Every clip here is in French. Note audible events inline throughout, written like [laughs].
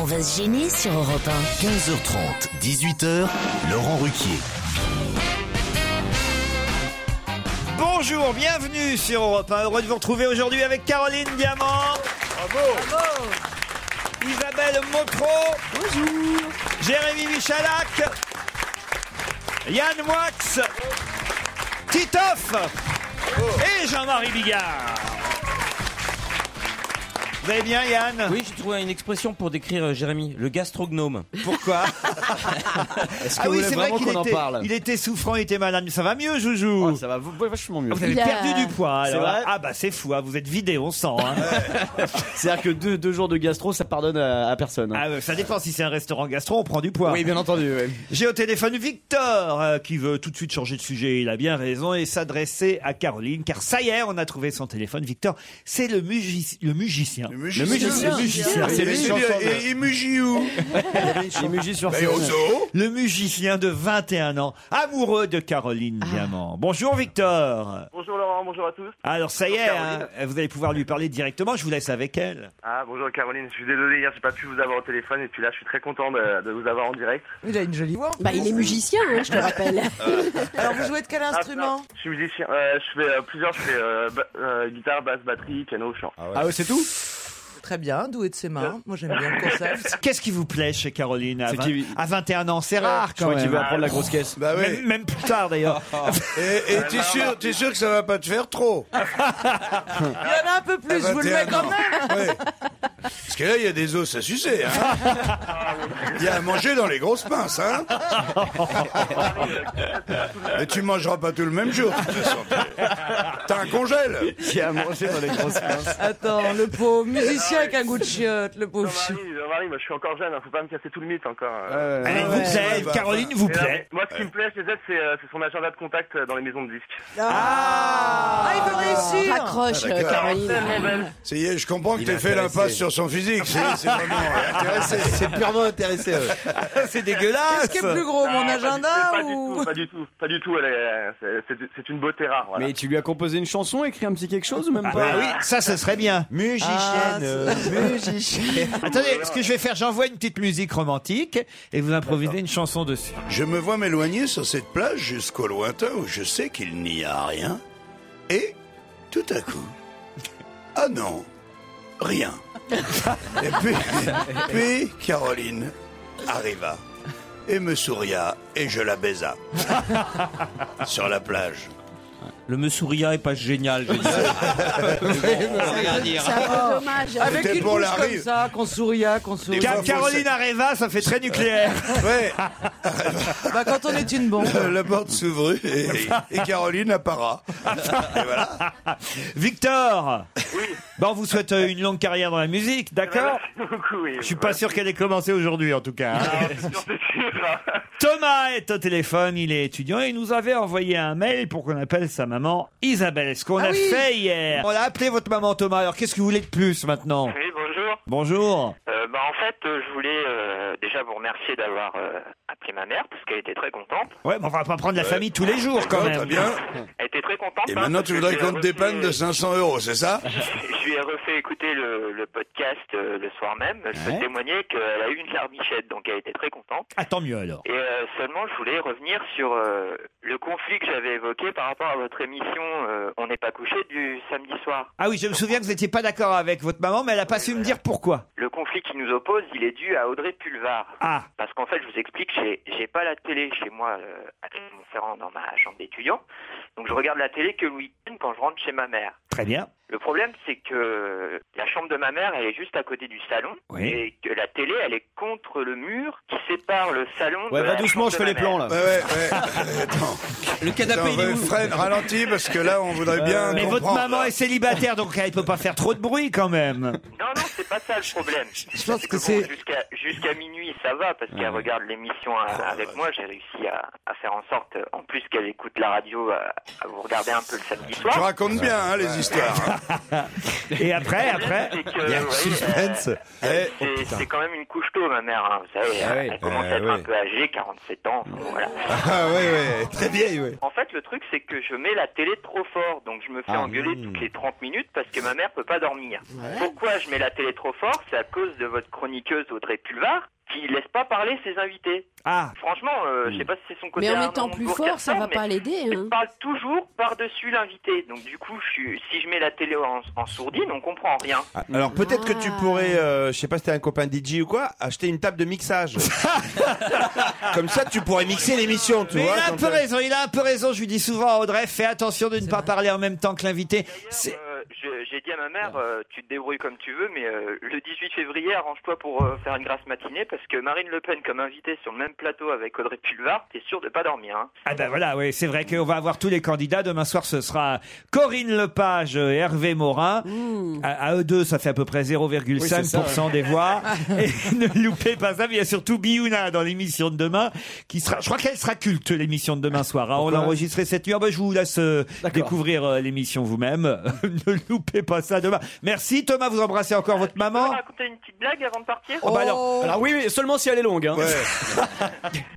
On va se gêner sur Europe 1. 15h30, 18h, Laurent Ruquier. Bonjour, bienvenue sur Europe 1. Heureux de vous retrouver aujourd'hui avec Caroline Diamant. Bravo. Isabelle Motro. Bonjour. Jérémy Michalak. Yann Moix. Titoff. Et Jean-Marie Bigard. Vous allez bien, Yann Oui, j'ai trouvé une expression pour décrire euh, Jérémy, le gastrognome. [laughs] [laughs] Pourquoi Ah que vous voulez vraiment qu'il qu'on en était, parle Oh, il était souffrant, il était malade, mais ça va mieux, Joujou Ça va vachement mieux. Vous avez Il a- perdu du poids, C'est alors. vrai Ah bah c'est fou, hein, vous êtes vidé, on sent. hein. [laughs] C'est-à-dire que deux, deux jours de gastro, ça pardonne à, à personne. hein. Ah, euh, ça dépend si c'est un restaurant gastro, on prend du poids. Oui, bien entendu. ouais. J'ai au téléphone Victor euh, qui veut tout de suite changer de sujet, il a bien raison, et s'adresser à Caroline, car ça y est, on a trouvé son téléphone. Victor, c'est le, mugi- le musicien. Le musicien. Le musicien. C'est lui, Et- chanson de- et- et [laughs] mugit où Il mugit sur Mais scène. au zoo Bah, Le musicien de 21 ans, amoureux de Caroline Diamant. Bonjour Victor Bonjour Laurent, bonjour à tous. Alors ça y est, Bonjour, Caroline. hein, vous allez pouvoir lui parler directement, je vous laisse avec elle. Ah bonjour Caroline, je suis désolé hier j'ai pas pu vous avoir au téléphone et puis là je suis très content de, de vous avoir en direct. Il a une jolie voix. Bah, il est musicien, hein, je te rappelle. [laughs] Alors vous jouez de quel Ah, instrument non, Je suis musicien, euh, je fais euh, plusieurs, je fais euh, ba- euh, guitare, basse, batterie, piano, chant. Ah ouais, c'est tout Très bien, doué de ses mains. Moi j'aime bien le concept. [laughs] Qu'est-ce qui vous plaît chez Caroline à, C'est vingt- qu'il- à 21 ans C'est rare Je quand crois qu'il même. veut apprendre la grosse caisse. Ah, Bah ouais. Même, même plus tard [laughs] d'ailleurs. Et, et t'es sûr, t'es sûr que ça va pas te faire trop Il y en a un peu plus, je vous le mets 21 quand ans. même. Ouais. Parce que là, il y a des os à sucer. Hein il y a à manger dans les grosses pinces. Hein Mais tu mangeras pas tout le même jour. de toute façon. T'as un congèle. Qui a mangé dans les grosses pinces. Attends, le pauvre musicien avec un goût de chiotte, le pauvre chou. Jean-Marie, Jean-Marie, moi je suis encore jeune, hein, faut pas me casser tout le mythe encore. euh. Euh, Elle ouais. vous plaît, Ouais, bah, Caroline vous Et là, plaît. moi ce qui me plaît chez elle c'est euh, c'est son agenda de contact euh, dans les maisons de disques. Ah, il veut réussir. Raccroche, Ah, euh, d'accord. Caroline. Ça y est, je comprends que Il t'aies est fait intéressé. l'impasse sur son physique. [laughs] C'est c'est vraiment euh, intéressé. C'est purement intéressé. ouais. C'est [laughs] dégueulasse. Est-ce qu'il est plus gros, mon Ah, agenda pas du, ou tout, pas du tout, pas du tout, elle est, euh, c'est- c'est c'est une beauté rare. Voilà. Mais tu lui as composé une chanson, écrit un petit quelque chose ou même Ah, pas oui, ça ce serait bien. Ah, euh. euh. c'est- [laughs] [laughs] Attendez, ce que je vais faire, j'envoie une petite musique romantique et vous improvisez une chanson dessus. Je me vois m'éloigner sur cette plage jusqu'au lointain où je sais qu'il n'y a rien. Et, tout à coup, [laughs] ah non, rien. Et puis, puis Caroline arriva et me souria et je la baisa sur la plage. Le me souria est pas génial, [laughs] j'ai dit. C'est un peu dommage. Avec C'était une pour bouche la comme rive. ça, qu'on hein, souria, qu'on sourit. Des Car- fois, faut Caroline le- Areva, ça fait très nucléaire. Ouais, Bah quand on est une bombe. la porte s'ouvrit et, [laughs] et Caroline appara. Et voilà. Victor, bon, on vous souhaite euh, une longue carrière dans la musique, d'accord Merci beaucoup, oui. Je suis pas sûr qu'elle ait commencé aujourd'hui en tout cas. hein. Ah, c'est sûr, c'est sûr. Thomas est au téléphone, il est étudiant et il nous avait envoyé un mail pour qu'on appelle sa maman Isabelle, ce qu'on Ah a oui. fait hier. On a appelé votre maman Thomas, alors qu'est-ce que vous voulez de plus maintenant Oui, bonjour. Bonjour. Euh, bah, en fait, euh, je voulais euh, déjà vous remercier d'avoir euh, appelé ma mère parce qu'elle était très contente. Ouais, mais on va pas prendre la famille euh, tous les jours quand D'accord, même. très bien. Elle était très contente. Et hein, maintenant, parce tu que voudrais je lui ai qu'on te dépanne refait- de 500 euros, c'est ça [laughs] Je lui ai refait écouter le, le podcast euh, le soir même. Je peux Ouais. témoigner qu'elle a eu une larmichette, donc elle était très contente. Ah, tant mieux alors. Et euh, seulement, je voulais revenir sur euh, le conflit que j'avais évoqué par rapport à votre émission euh, On n'est pas couché du samedi soir. Ah oui, je me souviens que vous n'étiez pas d'accord avec votre maman, mais elle a pas su me dire pourquoi. Le conflit qui nous oppose, il est dû à Audrey Pulvar. Ah. Parce qu'en fait, je vous explique, j'ai, j'ai pas la télé chez moi euh, à Clermont-Ferrand dans ma chambre d'étudiant. Donc je regarde la télé que le week-end quand je rentre chez ma mère. Très bien. Le problème, c'est que la chambre de ma mère, elle est juste à côté du salon. Oui. Et que la télé, elle est contre le mur qui sépare le salon Ouais, de va la doucement, chambre je fais les de ma mère. plans là. Le Attends, euh, [laughs] Fred, ralentis, parce que là, on Euh, voudrait bien Mais votre comprendre. maman est célibataire, donc elle peut pas faire trop de bruit quand même. Non, non, c'est pas ça le problème. pense Parce que bon, c'est- Jusqu'à jusqu'à minuit, ça va, parce qu'elle regarde l'émission à- avec moi. J'ai réussi à, à faire en sorte, euh, en plus qu'elle écoute la radio, à, à vous regarder un peu le samedi soir. Tu racontes bien, hein, les histoires. hein. Et après, Eh, après. [laughs] C'est que, vous voyez, euh, Eh, c'est- c'est quand même une couche tôt, ma mère. hein, vous savez, Ah elle, oui. elle commence à Euh, être un oui. peu âgée, 47 ans. enfin, voilà. Ah ouais, ouais, très vieille, ouais. En fait, le truc, c'est que je mets la télé trop fort, donc je me fais Ah, engueuler hmm. toutes les 30 minutes parce que ma mère peut pas dormir. Pourquoi je mets la télé trop fort C'est à cause de votre chroniqueuse Audrey Pulvar qui laisse pas parler ses invités. Ah. Franchement, euh, Hmm. je sais pas si c'est son côté. Mais en Arnaud mettant plus Montebourg qui fort, ça ressort, va mais pas l'aider. hein. Elle parle toujours par-dessus l'invité, donc du coup, je suis- si je mets la télé en, en sourdine, on comprend rien. Ah, Alors peut-être que tu pourrais, euh, je sais pas si t'es un copain DJ ou quoi, acheter une table de mixage. Comme ça, tu pourrais mixer l'émission, tu Mais vois. il a un quand peu t'as- raison, il a un peu raison. Je lui dis souvent à Audrey, fais attention de ne pas parler en même temps que l'invité. C'est- Euh, je- J'ai dit à ma mère, euh, tu te débrouilles comme tu veux, mais euh, le 18 février, arrange-toi pour euh, faire une grasse matinée, parce que Marine Le Pen, comme invitée sur le même plateau avec Audrey Pulvar, t'es sûr de pas dormir. Hein. Ah ben voilà, oui, c'est vrai qu'on va avoir tous les candidats. Demain soir, ce sera Corinne Lepage, euh, Hervé Morin. Mmh. À, à eux deux, ça fait à peu près 0,5% Oui, c'est ça, ouais. des voix. Et ne loupez pas ça. Mais il y a surtout Biouna dans l'émission de demain, qui sera, je crois qu'elle sera culte, l'émission de demain soir. hein. On l'a enregistrée cette nuit. Ah ben, je vous laisse euh, découvrir euh, l'émission vous-même. [laughs] ne loupez pas ça demain. Merci Thomas, vous embrassez encore votre maman. Raconter une petite blague avant de partir Oh, bah alors- alors oui, mais seulement si elle est longue. Hein. [laughs]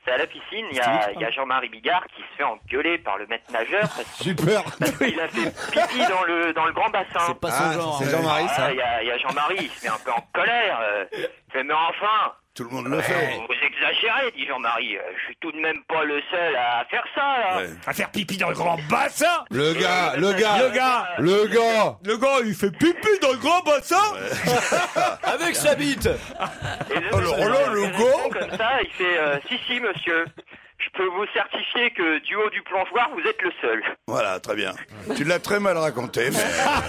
C'est à la piscine, il y a, il y a Jean-Marie Bigard qui se fait engueuler par le maître nageur parce J'ai peur. qu'il a fait pipi dans le, dans le grand bassin. C'est pas son Ah, genre, c'est hein. Jean-Marie, ça. Il y a, il y a Jean-Marie, il se met un peu en colère. euh, il fait, mais enfin Tout le monde le fait. Vous exagérez, dit Jean-Marie. euh, Je suis tout de même pas le seul à faire ça, là. À faire pipi dans le grand bassin Le gars, le gars, Le gars le gars. Le gars, Oh, il fait pipi dans le grand bassin [laughs] Avec sa bite Oh, le Comme ça, il fait euh, Si, si, monsieur, je peux vous certifier que du haut du plongeoir, vous êtes le seul. Voilà, très bien. Tu l'as très mal raconté, mais...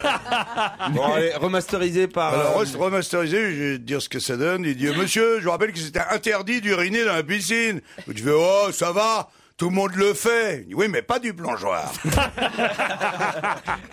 Ah, Bon, allez, remasterisé Ah. par. Alors, euh, reste remasterisé, je vais te dire ce que ça donne. Il dit, monsieur, je vous rappelle que c'était interdit d'uriner dans la piscine. Tu fais, oh, ça va, tout le monde le fait. Il dit, oui, mais pas du plongeoir.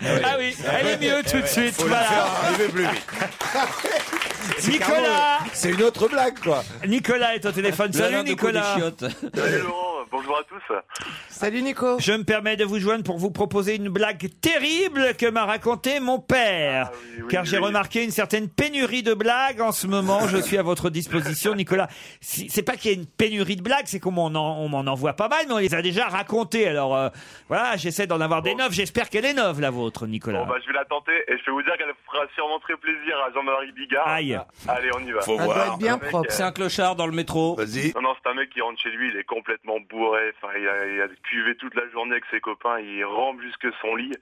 Ah oui, elle est mieux Eh tout de suite. Faut le voilà. faire arriver plus vite. [laughs] c'est Nicolas Carlo, C'est une autre blague, quoi. Nicolas est au téléphone. Le Salut Alain de Nicolas. [laughs] Salut Laurent, bonjour à tous. [laughs] Salut Nico. Je me permets de vous joindre pour vous proposer une blague terrible que m'a raconté mon Ah père. car j'ai remarqué une certaine pénurie de blagues en ce moment. Je suis à votre disposition, Nicolas. Si- C'est pas qu'il y a une pénurie de blagues, c'est qu'on m'en en- on m'en envoie pas mal, mais on les a déjà racontées. Alors euh, voilà, j'essaie d'en avoir Oh. des neuves. J'espère qu'elle est neuve, la vôtre, Nicolas. Bon, bah, je vais la tenter et je peux vous dire qu'elle fera sûrement très plaisir à Jean-Marie Bigard. Aïe. Allez, on y va. Faut Elle voir. doit être bien Le mec, propre. euh, C'est un clochard dans le [laughs] métro. Vas-y. Non, non, c'est un mec qui rentre chez lui, il est complètement bourré. Enfin, il a, il a cuvé toute la journée avec ses copains, il rampe jusque son lit.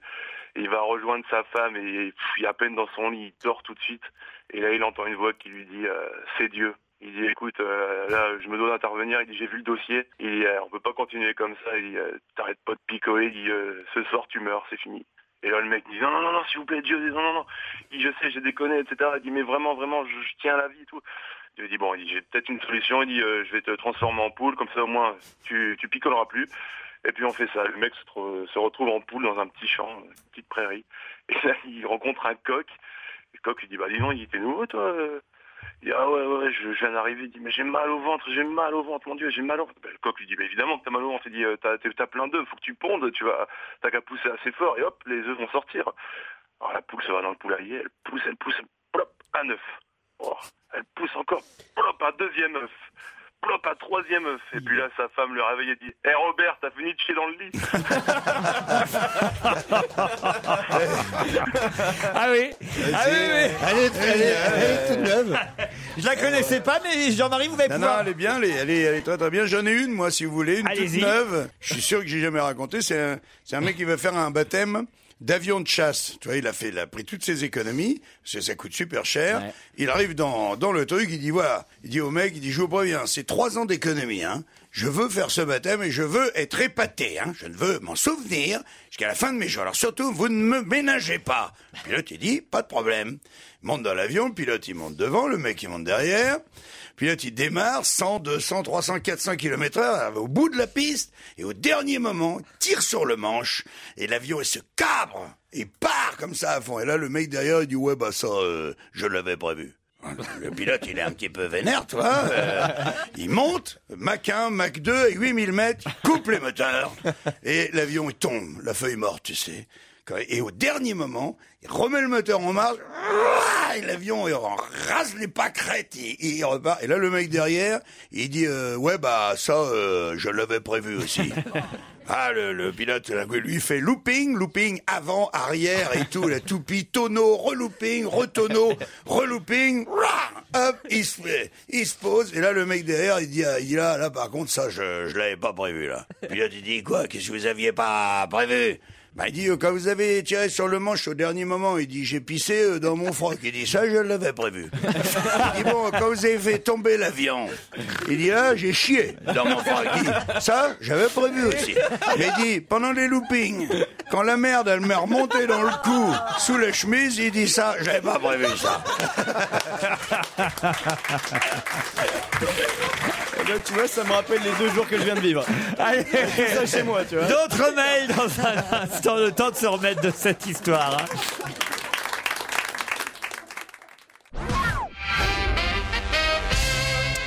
Il va rejoindre sa femme et pff, il est à peine dans son lit, il dort tout de suite. Et là, il entend une voix qui lui dit euh, C'est Dieu. Il dit Écoute, euh, là, je me dois d'intervenir. Il dit J'ai vu le dossier. Il dit Euh, On peut pas continuer comme ça. Il dit euh, T'arrêtes pas de picoler. Il dit Euh, Ce soir, tu meurs, c'est fini. Et là, le mec dit Non, non, non, non, s'il vous plaît, Dieu, non, non, non. Il dit, Je sais, j'ai déconné, etc. Il dit Mais vraiment, vraiment, je, je tiens à la vie et tout. Il lui dit bon, il dit, j'ai peut-être une solution. Il dit euh, je vais te transformer en poule, comme ça au moins tu, tu picoleras plus. Et puis on fait ça. Le mec se, tro- se retrouve en poule dans un petit champ, une petite prairie. [laughs] Et là il rencontre un coq. Le coq lui dit bah dis donc, il dit t'es nouveau toi. euh Il dit ah ouais ouais, ouais, je, je viens d'arriver. Il dit mais j'ai mal au ventre, j'ai mal au ventre, mon dieu, j'ai mal au ventre. Bah, le coq lui dit bah évidemment que t'as mal au ventre. Il dit euh, t'as, t'es- t'as plein d'œufs, faut que tu pondes, tu vas, t'as qu'à pousser assez fort et hop les œufs vont sortir. Alors la poule se va dans le poulailler, elle pousse, elle pousse, plop, un œuf. Oh, elle pousse encore, plop, un deuxième œuf. plop, un troisième œuf. Et puis là, sa femme le réveille et dit Hé Robert, t'as fini de chier dans le lit Ah oui, ah oui, oui. Elle est- elle est- elle est toute neuve. [laughs] Je la connaissais pas, mais Jean-Marie, vous allez non, pouvoir- Non, elle est bien, elle est, elle est- elle est très très bien. J'en ai une, moi, si vous voulez, une Allez-y. toute neuve. Je suis sûr que j'ai jamais raconté. C'est un, c'est un mec qui veut faire un baptême d'avion de chasse. Tu vois, il a fait, il a pris toutes ses économies, parce que ça coûte super cher. Il arrive dans, dans le truc, il dit, voilà, il dit au mec, il dit, je vous préviens, c'est trois ans d'économie, hein. Je veux faire ce baptême et je veux être épaté, hein. Je ne veux m'en souvenir jusqu'à la fin de mes jours. Alors surtout, vous ne me ménagez pas. Le pilote, il dit, pas de problème. Il monte dans l'avion, le pilote, il monte devant, le mec, il monte derrière. Le pilote, il démarre 100, 200, 300, 400 km heure au bout de la piste et au dernier moment, tire sur le manche et l'avion, il se cabre et part comme ça à fond. Et là, le mec derrière, il dit, ouais, bah ça, euh, je l'avais prévu. [laughs] Le pilote, il est un petit peu vénère, tu vois. euh, il monte, Mach 1, Mach 2, à 8000 mètres, il coupe les moteurs, et l'avion, il tombe, la feuille morte, tu sais. Quand- Et au dernier moment, il remet le moteur en marche, et l'avion, il en rase les pâquerettes, il, il repart. Et là, le mec derrière, il dit, euh, ouais, bah, ça, euh, je l'avais prévu aussi. Ah, le, le pilote, là, lui, il fait looping, looping avant, arrière et tout, la toupie, tonneau, relooping, retonneau, relooping, rah, hop, il se, fait- il se pose, et là, le mec derrière, il dit, ah, il a, là, par contre, ça, je, je l'avais pas prévu, là. Le pilote, il dit, quoi, qu'est-ce que vous aviez pas [laughs] prévu? Bah, il dit, euh, quand vous avez tiré sur le manche au dernier moment, il dit, j'ai pissé euh, dans mon froc. Il dit, ça, je l'avais prévu. Il dit, bon, quand vous avez fait tomber l'avion, il dit, ah, j'ai chié dans mon froc. Il dit, ça, j'avais prévu aussi. Mais il dit, pendant les loopings, quand la merde, elle me remontait dans le cou, sous la chemise, il dit, ça, j'avais pas prévu ça. Eh ben, tu vois, ça me rappelle les deux jours que je viens de vivre. Allez, ça chez moi, tu vois. D'autres mails dans un instant, le temps de se remettre de cette histoire. hein.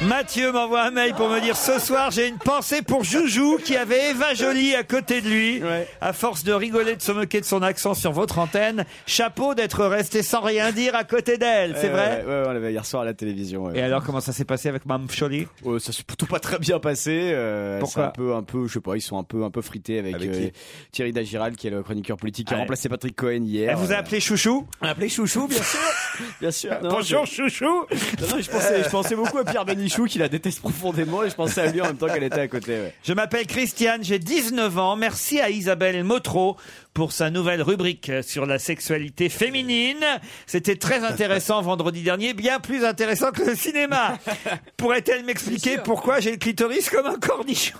Mathieu m'envoie un mail pour me dire ce soir j'ai une pensée pour Joujou qui avait Eva Jolie à côté de lui. À force de rigoler, de se moquer de son accent sur votre antenne, chapeau d'être resté sans rien dire à côté d'elle, c'est Ouais, vrai ouais, Euh, ouais, on l'avait hier soir à la télévision. ouais. Oh, Et alors comment ça s'est passé avec Mme Jolie Ça s'est plutôt pas très bien passé. euh, Pourquoi c'est un peu, un peu, je sais pas, ils sont un peu, un peu frités avec, Avec qui euh, Thierry Dagiral, qui est le chroniqueur politique, qui a Ouais. remplacé Patrick Cohen hier. Euh, Elle vous a appelé Chouchou On a appelé Chouchou, bien [laughs] sûr. bien sûr. Non, Bonjour, je- Chouchou Non, non, je, pensais, je pensais beaucoup à Pierre Benichou, qui la déteste profondément, et je pensais à lui en même temps qu'elle était à côté. ouais. Je m'appelle Christiane, j'ai 19 ans. Merci à Isabelle Motro pour sa nouvelle rubrique sur la sexualité féminine. C'était très intéressant vendredi dernier, bien plus intéressant que [laughs] le cinéma. Pourrait-elle m'expliquer pourquoi j'ai le clitoris comme un cornichon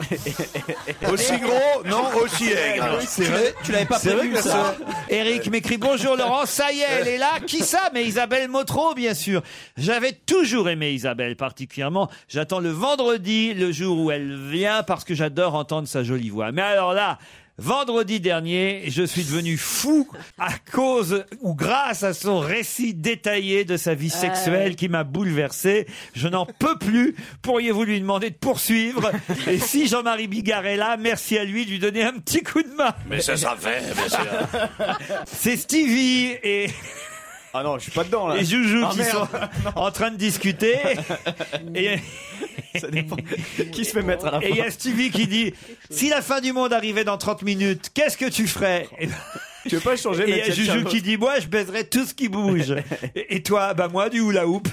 Aussi gros, non, aussi aigre. C'est vrai Tu l'avais pas C'est prévu, vrai que ça. ça. Eric m'écrit Bonjour Laurent, ça y est, elle est là. Qui ça Mais Isabelle Motro, bien sûr. J'avais toujours aimé Isabelle particulièrement. J'attends le vendredi, le jour où elle vient, parce que j'adore entendre sa jolie voix. Mais alors là. Vendredi dernier, je suis devenu fou à cause ou grâce à son récit détaillé de sa vie sexuelle qui m'a bouleversé. Je n'en peux plus. Pourriez-vous lui demander de poursuivre Et si Jean-Marie Bigard est là, merci à lui de lui donner un petit coup de main. Mais ça sera fait, bien sûr. [laughs] C'est Stevie et. Ah non, je suis pas dedans Et Joujou Ah, qui merde. [laughs] sont en train de discuter. et... Qui se fait mettre à la Et il y a fin Stevie qui dit Si la fin du monde arrivait dans 30 minutes, qu'est-ce que tu ferais Et ben- Tu veux pas changer Et il y a Mathieu Juju Charles qui dit Moi, je baiserais tout ce [laughs] qui bouge. et, et toi, bah moi, du hula hoop.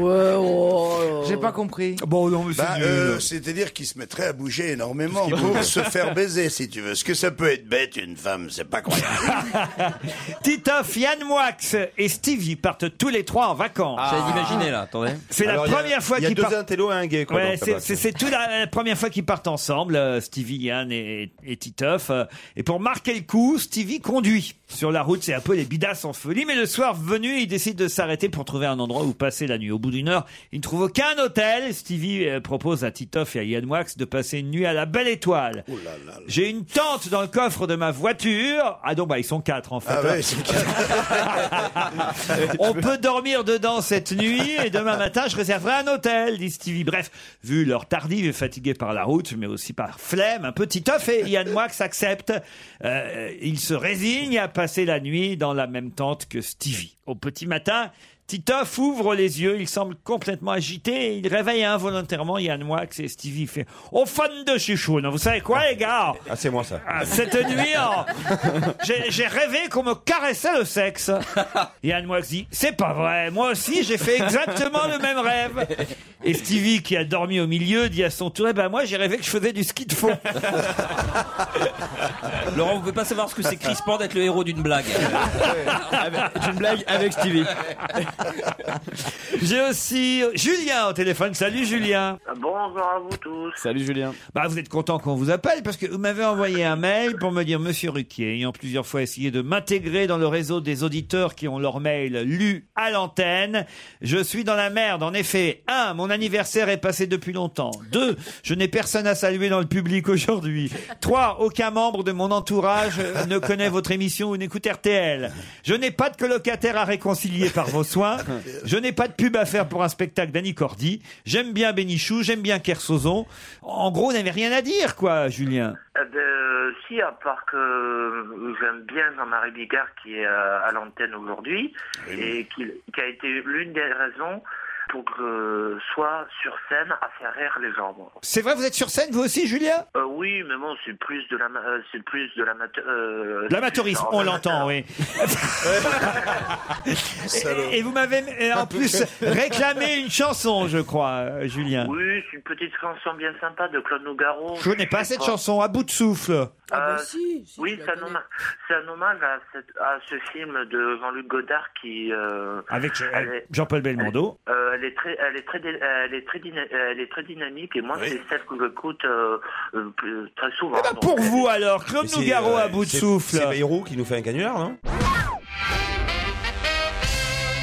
oh. J'ai pas compris. Bon, non, mais Bah, nul. euh, C'est-à-dire qu'il se mettrait à bouger énormément pour se faire baiser, si tu veux. Parce que ça peut être bête, une femme, c'est pas croyable. Titoff, Yann Moix et Stevie partent tous les trois en vacances. J'avais imaginé là, attendez. C'est la première fois Ah. Il y a qu'ils deux partent. intellos et un gay. Quoi, Ouais, dans ce c'est- bac. c'est c'est tout la, la première fois qu'ils partent ensemble, euh, Stevie, Yann et, et Titoff. Euh, Et pour marquer le coup, Stevie conduit. Sur la route, c'est un peu les bidas en folie, mais le soir venu, il décide de s'arrêter pour trouver un endroit où passer la nuit. Au bout d'une heure, il ne trouve aucun hôtel. Stevie euh, propose à Titoff et à Yann Wax de passer une nuit à la Belle Étoile. J'ai une tente dans le coffre de ma voiture. Ah non, bah ils sont quatre en fait. Ah hein. ouais, c'est [laughs] On peut dormir dedans cette nuit et demain matin, je réserverai un hôtel, dit Stevie. Bref, vu l'heure tardive et fatigué par la route, mais aussi par flemme, un petit off et Yann Moix accepte. Euh, il se résigne à passer la nuit dans la même tente que Stevie. Au petit matin, Titoff ouvre les yeux, il semble complètement agité, et il réveille involontairement Yann Moix et Stevie fait « Oh, fan de chouchoune, vous savez quoi les gars Ah, c'est moi ça. Ah, Cette nuit, [laughs] hein, j'ai j'ai rêvé qu'on me caressait le [laughs] sexe. Yann Moix dit C'est pas vrai, moi aussi j'ai fait exactement le même rêve. Et Stevie, qui a dormi au milieu, dit à son tour Eh ben moi j'ai rêvé que je faisais du ski de fond. [laughs] Laurent, vous pouvez pas savoir ce que c'est crispant d'être le héros d'une blague. D'une blague [laughs] avec Stevie. J'ai aussi Julien au téléphone. Salut Julien. Bonjour à vous tous. Salut Julien. Bah, vous êtes content qu'on vous appelle parce que vous m'avez envoyé un mail pour me dire Monsieur Ruquier, ayant plusieurs fois essayé de m'intégrer dans le réseau des auditeurs qui ont leur mail lu à l'antenne, je suis dans la merde. En effet, un, mon anniversaire est passé depuis longtemps. Deux, je n'ai personne à saluer dans le public aujourd'hui. Trois, aucun membre de mon entourage ne connaît votre émission ou n'écoute RTL. Je n'ai pas de colocataire à réconcilier par vos soins. Je n'ai pas de pub à faire pour un spectacle d'Annie Cordy. J'aime bien Bénichou, j'aime bien Kersozon. En gros, on n'avait rien à dire, quoi, Julien. Eh ben, euh, si, à part que j'aime bien Jean-Marie Bigard qui est euh, à l'antenne aujourd'hui et qui, qui a été l'une des raisons pour que euh, soit sur scène à faire rire les gens. moi. C'est vrai, vous êtes sur scène, vous aussi, Julien Euh, oui, mais bon, c'est plus de la, euh, c'est plus de l'amateur. euh, L'amateurisme, on l'entend, [laughs] oui. Et, et vous m'avez euh, en plus réclamé [laughs] une chanson, je crois, euh, Julien. Oui, c'est une petite chanson bien sympa de Claude Nougaro. Je n'ai pas cette chanson à bout de souffle. Euh, oui, c'est un, hommage, c'est un hommage à, cette- à ce film de Jean-Luc Godard qui. euh, Avec Je- elle est- Jean-Paul Belmondo. euh, elle est très, elle est très, dé- elle est très, dyna- elle est très dynamique et moi c'est celle que j'écoute euh, euh, plus- très souvent. donc. Eh ben, Pour vous alors, Claude Nougaro à bout de souffle. euh, C'est Bayrou qui nous fait un canular, non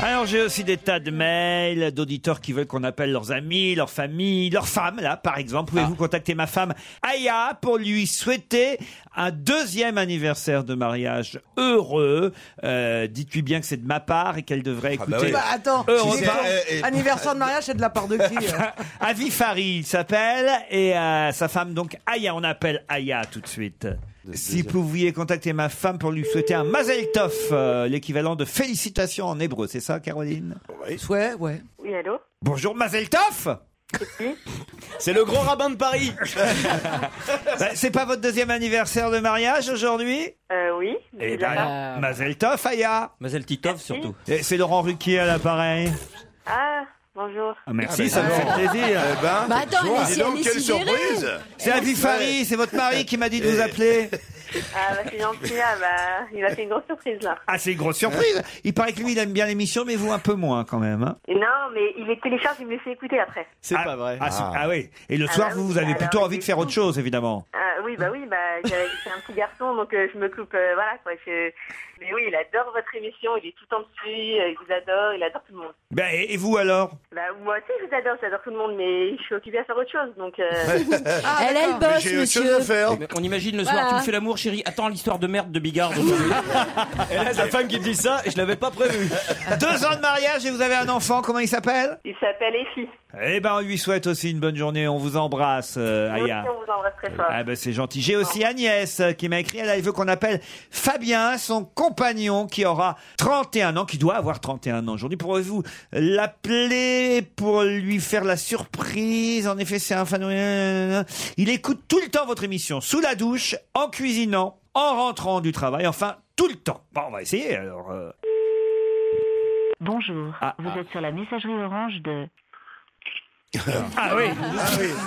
Alors j'ai aussi des tas de mails d'auditeurs qui veulent qu'on appelle leurs amis, leurs familles, leurs femmes là par exemple. Pouvez-vous Ah. contacter ma femme Aya pour lui souhaiter un deuxième anniversaire de mariage heureux. Euh, Dites-lui bien que c'est de ma part et qu'elle devrait Ah, écouter. Bah, attends, Heureux c'est- par- Eh, anniversaire de mariage, c'est de la part de qui euh Avifari, il s'appelle, et euh, sa femme, donc Aya, on appelle Aya tout de suite. Si vous pouviez contacter ma femme pour lui souhaiter un Mazel Tov, euh, l'équivalent de félicitations en hébreu, c'est ça, Caroline Ouais, ouais. [laughs] Oui, allô Bonjour Mazel Tov C'est le grand rabbin de Paris [laughs] Bah, C'est pas votre deuxième anniversaire de mariage aujourd'hui Euh, oui. Eh de la ben, part. Mazel Tov, Aya Mazel Titov, surtout. Et c'est Laurent Ruquier à l'appareil Ah, bonjour. Ah, merci, ça me fait plaisir. Eh ben, Bah attends, bonjour. elle est- Dis donc, elle est quelle sidérée. surprise. C'est Elle est Avifari, sidérée. c'est votre mari qui m'a dit de vous appeler. Ah, bah, c'est gentil, ah, bah, il m'a fait une grosse surprise, là. [laughs] Ah, c'est une grosse surprise. Il paraît que lui, il aime bien l'émission, mais vous un peu moins quand même. hein. Et Non, mais il les télécharge, il me les fait écouter après. C'est pas vrai. Ah, c'est- Ah. ah oui. Et le Ah soir, bah vous, oui, vous avez alors, plutôt envie de faire autre chose, évidemment. Ah, oui, bah oui, bah, j'ai- c'est un petit garçon, donc euh, je me coupe, euh, voilà, quoi. je- Mais oui, il adore votre émission, il est tout le temps dessus, euh, il vous adore, il adore tout le monde. Ben, et, et vous alors Bah, moi aussi, je vous adore, j'adore tout le monde, mais je suis occupée à faire autre chose, donc... euh, [laughs] Ah. Elle, elle bosse, monsieur. Mais On imagine le soir, Voilà. tu me fais l'amour, chérie. Attends l'histoire de merde de Bigard. d'aujourd'hui. Et là, la femme qui me dit ça, je l'avais pas prévu. Deux ans de mariage et vous avez un enfant, comment il s'appelle Il s'appelle Effie. Eh ben, on lui souhaite aussi une bonne journée. On vous embrasse, euh, Moi aussi, Aya. on vous embrasse très fort. Ah ben c'est gentil. J'ai aussi Agnès euh, qui m'a écrit, elle, elle veut qu'on appelle Fabien, son compagnon qui aura 31 ans, qui doit avoir 31 ans aujourd'hui. Pourrez-vous l'appeler pour lui faire la surprise En effet, c'est un fan. Il écoute tout le temps votre émission, sous la douche, en cuisinant, en rentrant du travail, enfin tout le temps. Bon, on va essayer alors. euh. Bonjour, Ah, vous ah. êtes sur la messagerie orange de... Ah oui,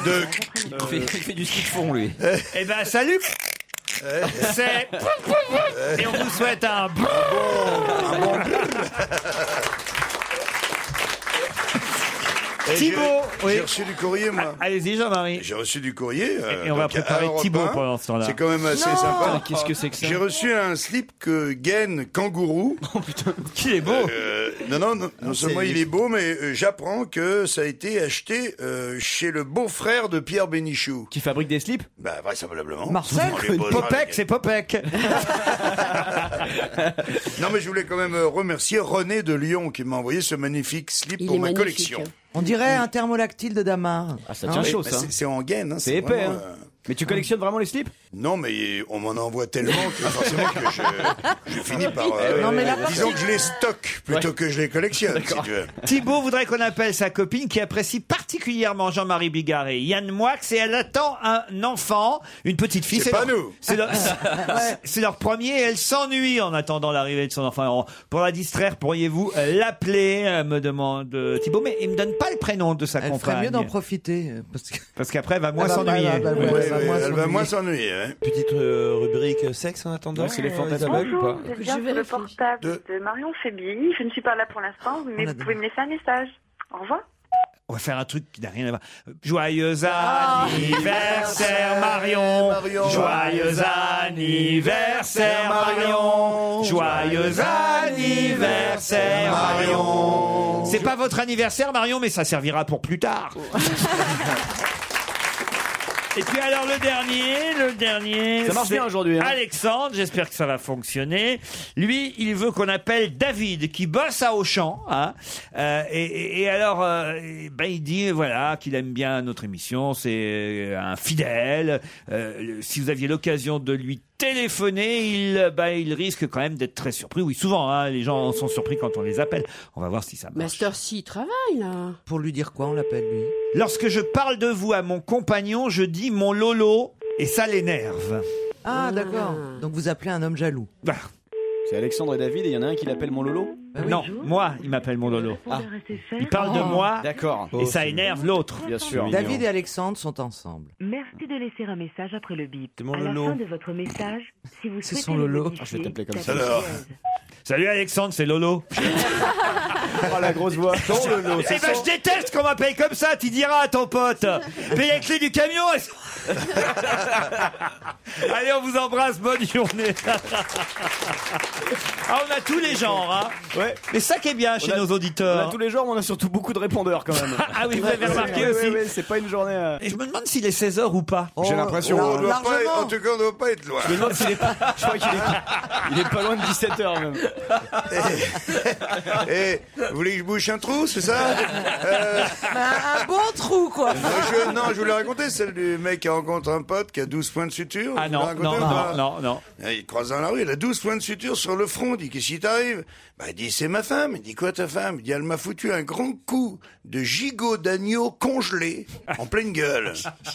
De... Il fait, il fait du ski de fond, lui. Eh ben salut C'est... Et on vous souhaite un Et Thibaut, j'ai- J'ai reçu du courrier, moi. Ah, Allez-y, Jean-Marie. J'ai reçu du courrier. euh, Et on va donc, à préparer Europe Thibaut 1. pendant ce temps-là. C'est quand même assez hein Non. sympa. Putain, qu'est-ce que c'est que ça J'ai reçu un slip que gaine [laughs] kangourou. Oh putain, qui est beau Euh, Ah, Non, non, non, non seulement c'est- il est beau, mais euh, j'apprends que ça a été acheté euh, chez le beau-frère de Pierre Bénichou. Qui fabrique des slips Bah, vraisemblablement. Marcel On les pose dans la Popek, c'est [laughs] Popek. [laughs] Euh, Non, mais je voulais quand même euh, remercier René de Lyon qui m'a envoyé ce magnifique slip Il pour est ma magnifique. collection. On dirait un thermolactyle de Damar. Ah, Ah, mais- bah, c'est- C'est en gaine. hein, C'est épais, vraiment, hein. euh, Mais tu collectionnes vraiment les slips Non, mais on m'en envoie tellement que forcément que je, je finis par. euh, Non, mais la disons partie- que je les stocke plutôt que je les collectionne, si tu veux. Thibaut voudrait qu'on appelle sa copine qui apprécie particulièrement Jean-Marie Bigard et Yann Moix et elle attend un enfant, une petite fille. C'est pas leur- nous. C'est leur, [laughs] Ouais. c'est leur premier et elle s'ennuie en attendant l'arrivée de son enfant. Alors, pour la distraire, pourriez-vous euh, l'appeler euh, me demande euh, Thibaut, mais il me donne pas le prénom de sa Elle ferait compagne. mieux d'en profiter. euh, Parce que... Ah, bah, Parce qu'après, elle va moins Elle va- s'ennuyer. elle va- elle va- elle va- elle va- bah, moins Elle va moins s'ennuyer. s'ennuyer. hein. Petite euh, rubrique sexe en attendant. Ouais, c'est les euh, fantasmes Isabelle, ou pas Bonjour, vous êtes bien sur le portable de Marion Febille. Je ne suis pas là pour l'instant, mais vous pouvez me laisser un message. Au revoir. On va faire un truc qui n'a rien à voir. Joyeux Ah. anniversaire Marion. Joyeux anniversaire Marion. Joyeux anniversaire Marion. C'est pas votre anniversaire Marion, mais ça servira pour plus tard. Et puis alors le dernier, le dernier. Ça marche c'est bien aujourd'hui, hein. Alexandre, j'espère que ça va fonctionner. Lui, il veut qu'on appelle David, qui bosse à Auchan. hein. Euh, et, et- et alors, euh, et ben, il dit voilà qu'il aime bien notre émission, c'est euh, un fidèle. Euh, si vous aviez l'occasion de lui téléphoner, il, ben, il risque quand même d'être très surpris. Oui, souvent, hein, les gens sont surpris quand on les appelle. On va voir si ça Ah, marche. Master C, il travaille là. Pour lui dire quoi on l'appelle lui Lorsque je parle de vous à mon compagnon, je dis mon lolo et ça l'énerve. Ah, d'accord. Donc vous appelez un homme jaloux. Ah. C'est Alexandre et David et il y en a un qui l'appelle mon Lolo Ah. non, moi, il m'appelle mon lolo. Il parle de Oh. moi D'accord. Oh, et ça énerve l'autre. Bien sûr. David et Alexandre sont ensemble. Merci de laisser un message après le bip. mon à Lolo. la fin de votre message, si vous C'est souhaitez son le Lolo. modifier, Ah, je vais t'appeler comme tapez ça. Alors. dièse. Salut Alexandre, c'est Lolo. [laughs] Oh la grosse voix. Eh ben, je déteste qu'on m'appelle comme ça, tu diras à [laughs] ton pote. Paye la clé du camion. elle- [laughs] Allez, on vous embrasse, bonne [laughs] journée. ah, on a tous les genres, hein. Ouais. Mais ça qui est bien chez On a- nos auditeurs. On a tous les genres, mais on a surtout beaucoup de répondeurs quand même. [laughs] Ah oui, vous avez remarqué Ouais, aussi. ouais, ouais, c'est pas une journée. euh, Et je me demande s'il est 16h ou pas. Oh, Oh, J'ai l'impression. On hein. doit pas- en tout cas, on ne doit pas être loin. Je me demande s'il est pas. Je crois qu'il est. Il est pas loin de 17h même. Eh, vous voulez que je bouche un trou, c'est ça Euh, Bah, Un bon trou, quoi. moi, je- Non, je vous l'ai raconté, celle du mec qui rencontre un pote qui a 12 points de suture. Ah Je vous l'ai non, raconté non, ou non, pas non, non. Eh, Il te croise dans la rue, il a 12 points de suture sur le front. Il dit Qu'est-ce qui t'arrive bah, Il dit C'est ma femme. Il dit Quoi ta femme Il dit Elle m'a foutu un grand coup de gigot d'agneau congelé en pleine gueule.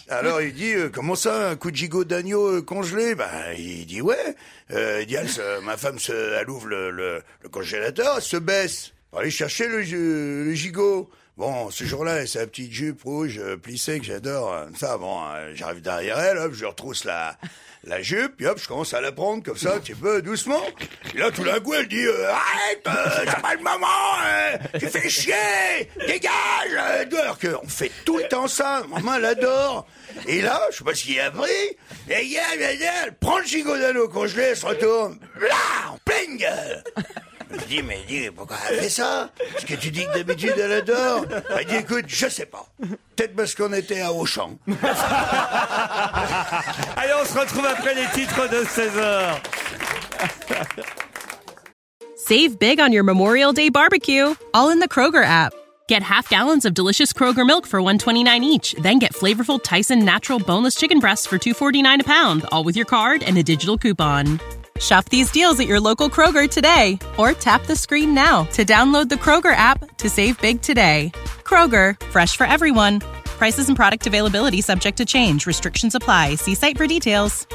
Alors il dit Euh, Comment ça, un coup de gigot d'agneau euh, congelé bah, Il dit Ouais. Euh, il dit Elle se- Ma femme, se, elle ouvre le, le- le congélateur, elle se baisse. pour aller chercher le, gi- le gigot. Bon, ce jour-là, elle, sa petite jupe rouge euh, plissée que j'adore, euh, ça, bon, euh, j'arrive derrière elle, hop, je retrousse la, la jupe, puis hop, je commence à la prendre comme ça, un petit peu doucement. Et là, tout d'un coup, elle dit euh, Arrête, euh, c'est pas le moment, euh, tu fais chier, dégage euh, Alors qu'on fait tout le temps ça, maman, elle adore. Et là, je sais pas ce qu'il a pris, et elle, elle, elle prend le gigot d'anneau congelé, elle se retourne, là, en pleine gueule je dis, mais dis, pourquoi elle fait ça Parce que tu dis que d'habitude elle adore. Elle dit, écoute, je sais pas. Peut-être parce qu'on était à Auchan. Allez, on se retrouve après les titres de 16h. Save big on your Memorial Day barbecue, all in the Kroger app. Get half gallons of delicious Kroger milk for 129 each, then get flavorful Tyson natural boneless chicken breasts for 249 a pound, all with your card and a digital coupon. Shop these deals at your local Kroger today or tap the screen now to download the Kroger app to save big today. Kroger, fresh for everyone. Prices and product availability subject to change. Restrictions apply. See site for details.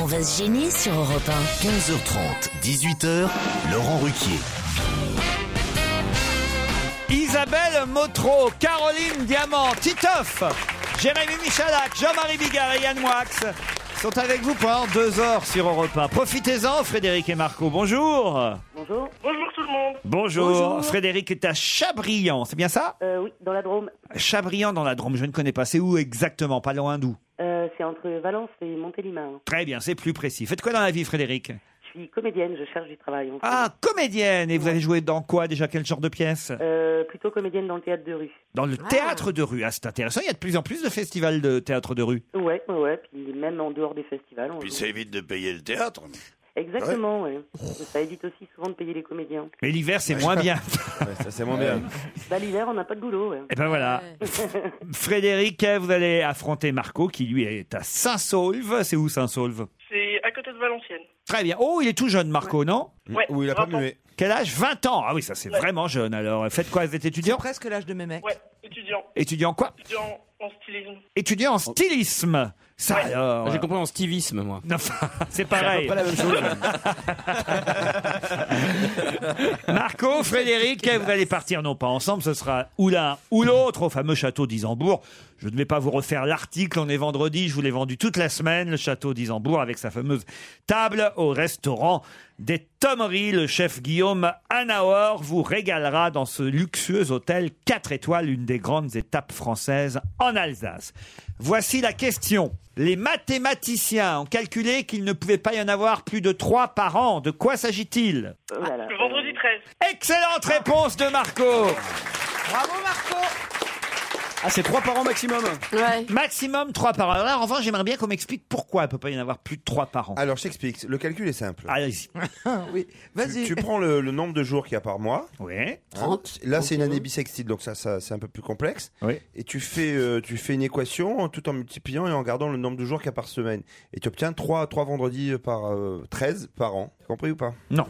On va se gêner sur Europe 15h30, 18h, Laurent Ruquier. Isabelle Motro, Caroline Diamant, Titoff, Jérémy Michalak, Jean-Marie Bigard et Yann Moix sont avec vous pendant deux heures sur Europe 1. Profitez-en, Frédéric et Marco. Bonjour. Bonjour. Bonjour tout le monde. Bonjour. Frédéric est à Chabriant, c'est bien ça Euh, oui, dans la Drôme. Chabriant dans la Drôme, je ne connais pas. C'est où exactement Pas loin d'où Euh, c'est entre Valence et Montélimar. Très bien, c'est plus précis. Faites quoi dans la vie, Frédéric Je suis comédienne, je cherche du travail. en fait. Ah, comédienne Et vous avez joué dans quoi déjà Quel genre de pièce Euh, plutôt comédienne dans le théâtre de rue. Dans le théâtre de rue. Ah, c'est intéressant. Il y a de plus en plus de festivals de théâtre de rue. Ouais, ouais, ouais. Puis même en dehors des festivals. on Puis joue. ça évite de payer le théâtre. Exactement, ouais. Ça évite aussi souvent de payer les comédiens. Mais l'hiver, c'est moins bien. ça, c'est moins bien. Bah, l'hiver, on n'a pas de boulot, ouais. Et ben voilà. Frédéric, vous allez affronter Marco, qui lui est à Saint-Saulve. C'est où Saint-Saulve C'est à côté de Valenciennes. Très bien. Oh, il est tout jeune, Marco, non Ouais. Ou Oui, il a pas mué. Quel âge 20 ans. Ah oui, ça c'est vraiment jeune. Alors, faites quoi Vous êtes étudiant Presque l'âge de mes mecs. Ouais, étudiant. Étudiant quoi Étudiant en stylisme. Étudiant en stylisme. Ça alors. Ah, J'ai compris en stylisme, moi. Non, [laughs] enfin, c'est pareil. C'est à peu près la Marco, Frédéric, vous allez partir non pas ensemble, ce sera ou l'un ou l'autre au fameux château d'Isambourg. Je ne vais pas vous refaire l'article, on est vendredi, je vous l'ai vendu toute la semaine, le château d'Isambourg avec sa fameuse table au restaurant des Tomeries. Le chef Guillaume Anaor vous régalera dans ce luxueux hôtel 4 étoiles, une des grandes étapes françaises en Alsace. Voici la question. Les mathématiciens ont calculé qu'il ne pouvait pas y en avoir plus de 3 par an. De quoi s'agit-il Ah, Le vendredi 13. Excellente réponse de Marco. Bravo Marco Ah, c'est 3 par an maximum Maximum 3 par an. Alors là, en revanche, j'aimerais bien qu'on m'explique pourquoi il ne peut pas y en avoir plus de 3 par an. Alors, je t'explique. Le calcul est simple. Allez-y. oui, vas-y. Tu, tu prends le, le nombre de jours qu'il y a par mois. Oui. 30. Là, c'est une année bissextile, donc ça, ça c'est un peu plus complexe. Oui. Et tu fais, euh, tu fais une équation en- tout en multipliant et en gardant le nombre de jours qu'il y a par semaine. Et tu obtiens 3, trois vendredis par euh, 13 par an. T'as compris ou pas Non.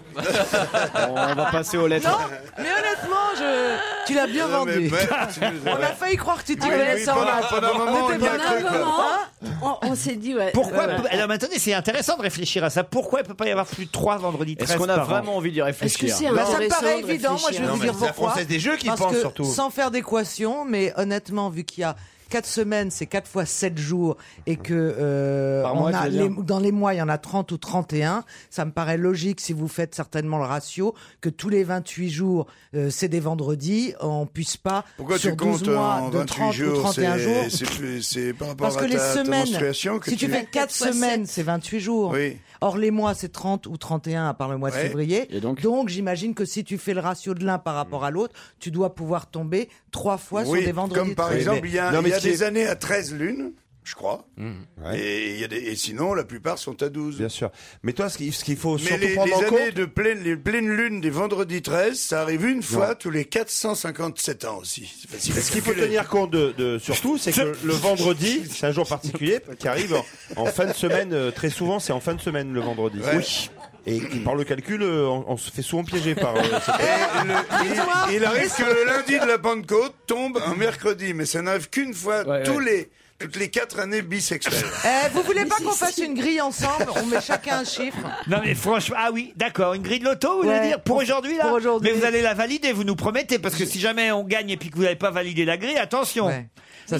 On va passer aux lettres. Non, mais honnêtement, je... tu l'as bien Non, mais vendu. bah, tu nous as- on a failli croire que tu t'y Oui, connaissais oui, en pendant- maths. pendant un moment, T'étais on y a bien cru, quoi. Ah, on, on s'est dit, ouais. Pourquoi ouais, ouais. Alors maintenant, c'est intéressant de réfléchir à ça. Pourquoi il ne peut pas y avoir plus de 3 vendredis 13 Est-ce qu'on a vraiment envie d'y réfléchir Est-ce que c'est Bah, ça me intéressant paraît de évident, moi je vais vous réfléchir. Non, dire mais c'est la pourquoi. Française des Jeux qui Parce pense que surtout. Sans faire d'équation, mais honnêtement, vu qu'il y a 4 semaines, c'est 4 fois 7 jours, et que euh, Par on mois, a tu veux les- dire dans les mois, il y en a 30 ou 31, ça me paraît logique si vous faites certainement le ratio, que tous les 28 jours, euh, c'est des vendredis, on puisse pas Pourquoi sur tu 12 comptes mois en de 28 30 ou jours 31 jours. C'est c'est plus- c'est par rapport Parce que à les ta, ta semaines, menstruation que si tu, fais 4 semaines, c'est 28 jours. Or, les mois, c'est 30 ou 31 à part le mois de Ouais. février. donc, j'imagine que si tu fais le ratio de l'un par rapport à l'autre, tu dois pouvoir tomber trois fois Oui, sur des vendredis. Comme par de suite. exemple, il y a, Non, mais il y a ce qui des est- Mmh, années à 13 lunes, je crois. Ouais. Et, il y a des- et sinon, la plupart sont à 12. Bien sûr. Mais toi, ce qu'il ce qu'il faut Mais surtout les, prendre les en compte. années de pleine, les pleines lunes des vendredis 13, ça arrive une fois tous les 457 ans aussi. C'est facile à Ce qu'il faut calculer. tenir compte de, de- surtout, c'est que le vendredi, c'est un jour particulier qui arrive en, en fin de semaine. euh, Très souvent, c'est en fin de semaine le vendredi. Oui. Et, et par le calcul, euh, on, on se fait souvent piéger par. [laughs] euh, cette- Et le- Eh, [laughs] il, il arrive que le lundi de la Pentecôte tombe un mercredi, mais ça n'arrive qu'une fois tous les, toutes les quatre années bisexuelles. Eh, vous voulez pas qu'on fasse une grille ensemble On met chacun un chiffre. Non mais franchement, ah oui, d'accord, une grille de loto, vous voulez Ouais, dire pour pour- aujourd'hui là pour aujourd'hui. Mais vous allez la valider, vous nous promettez, parce que si jamais on gagne et puis que vous n'avez pas validé la grille, attention. Mais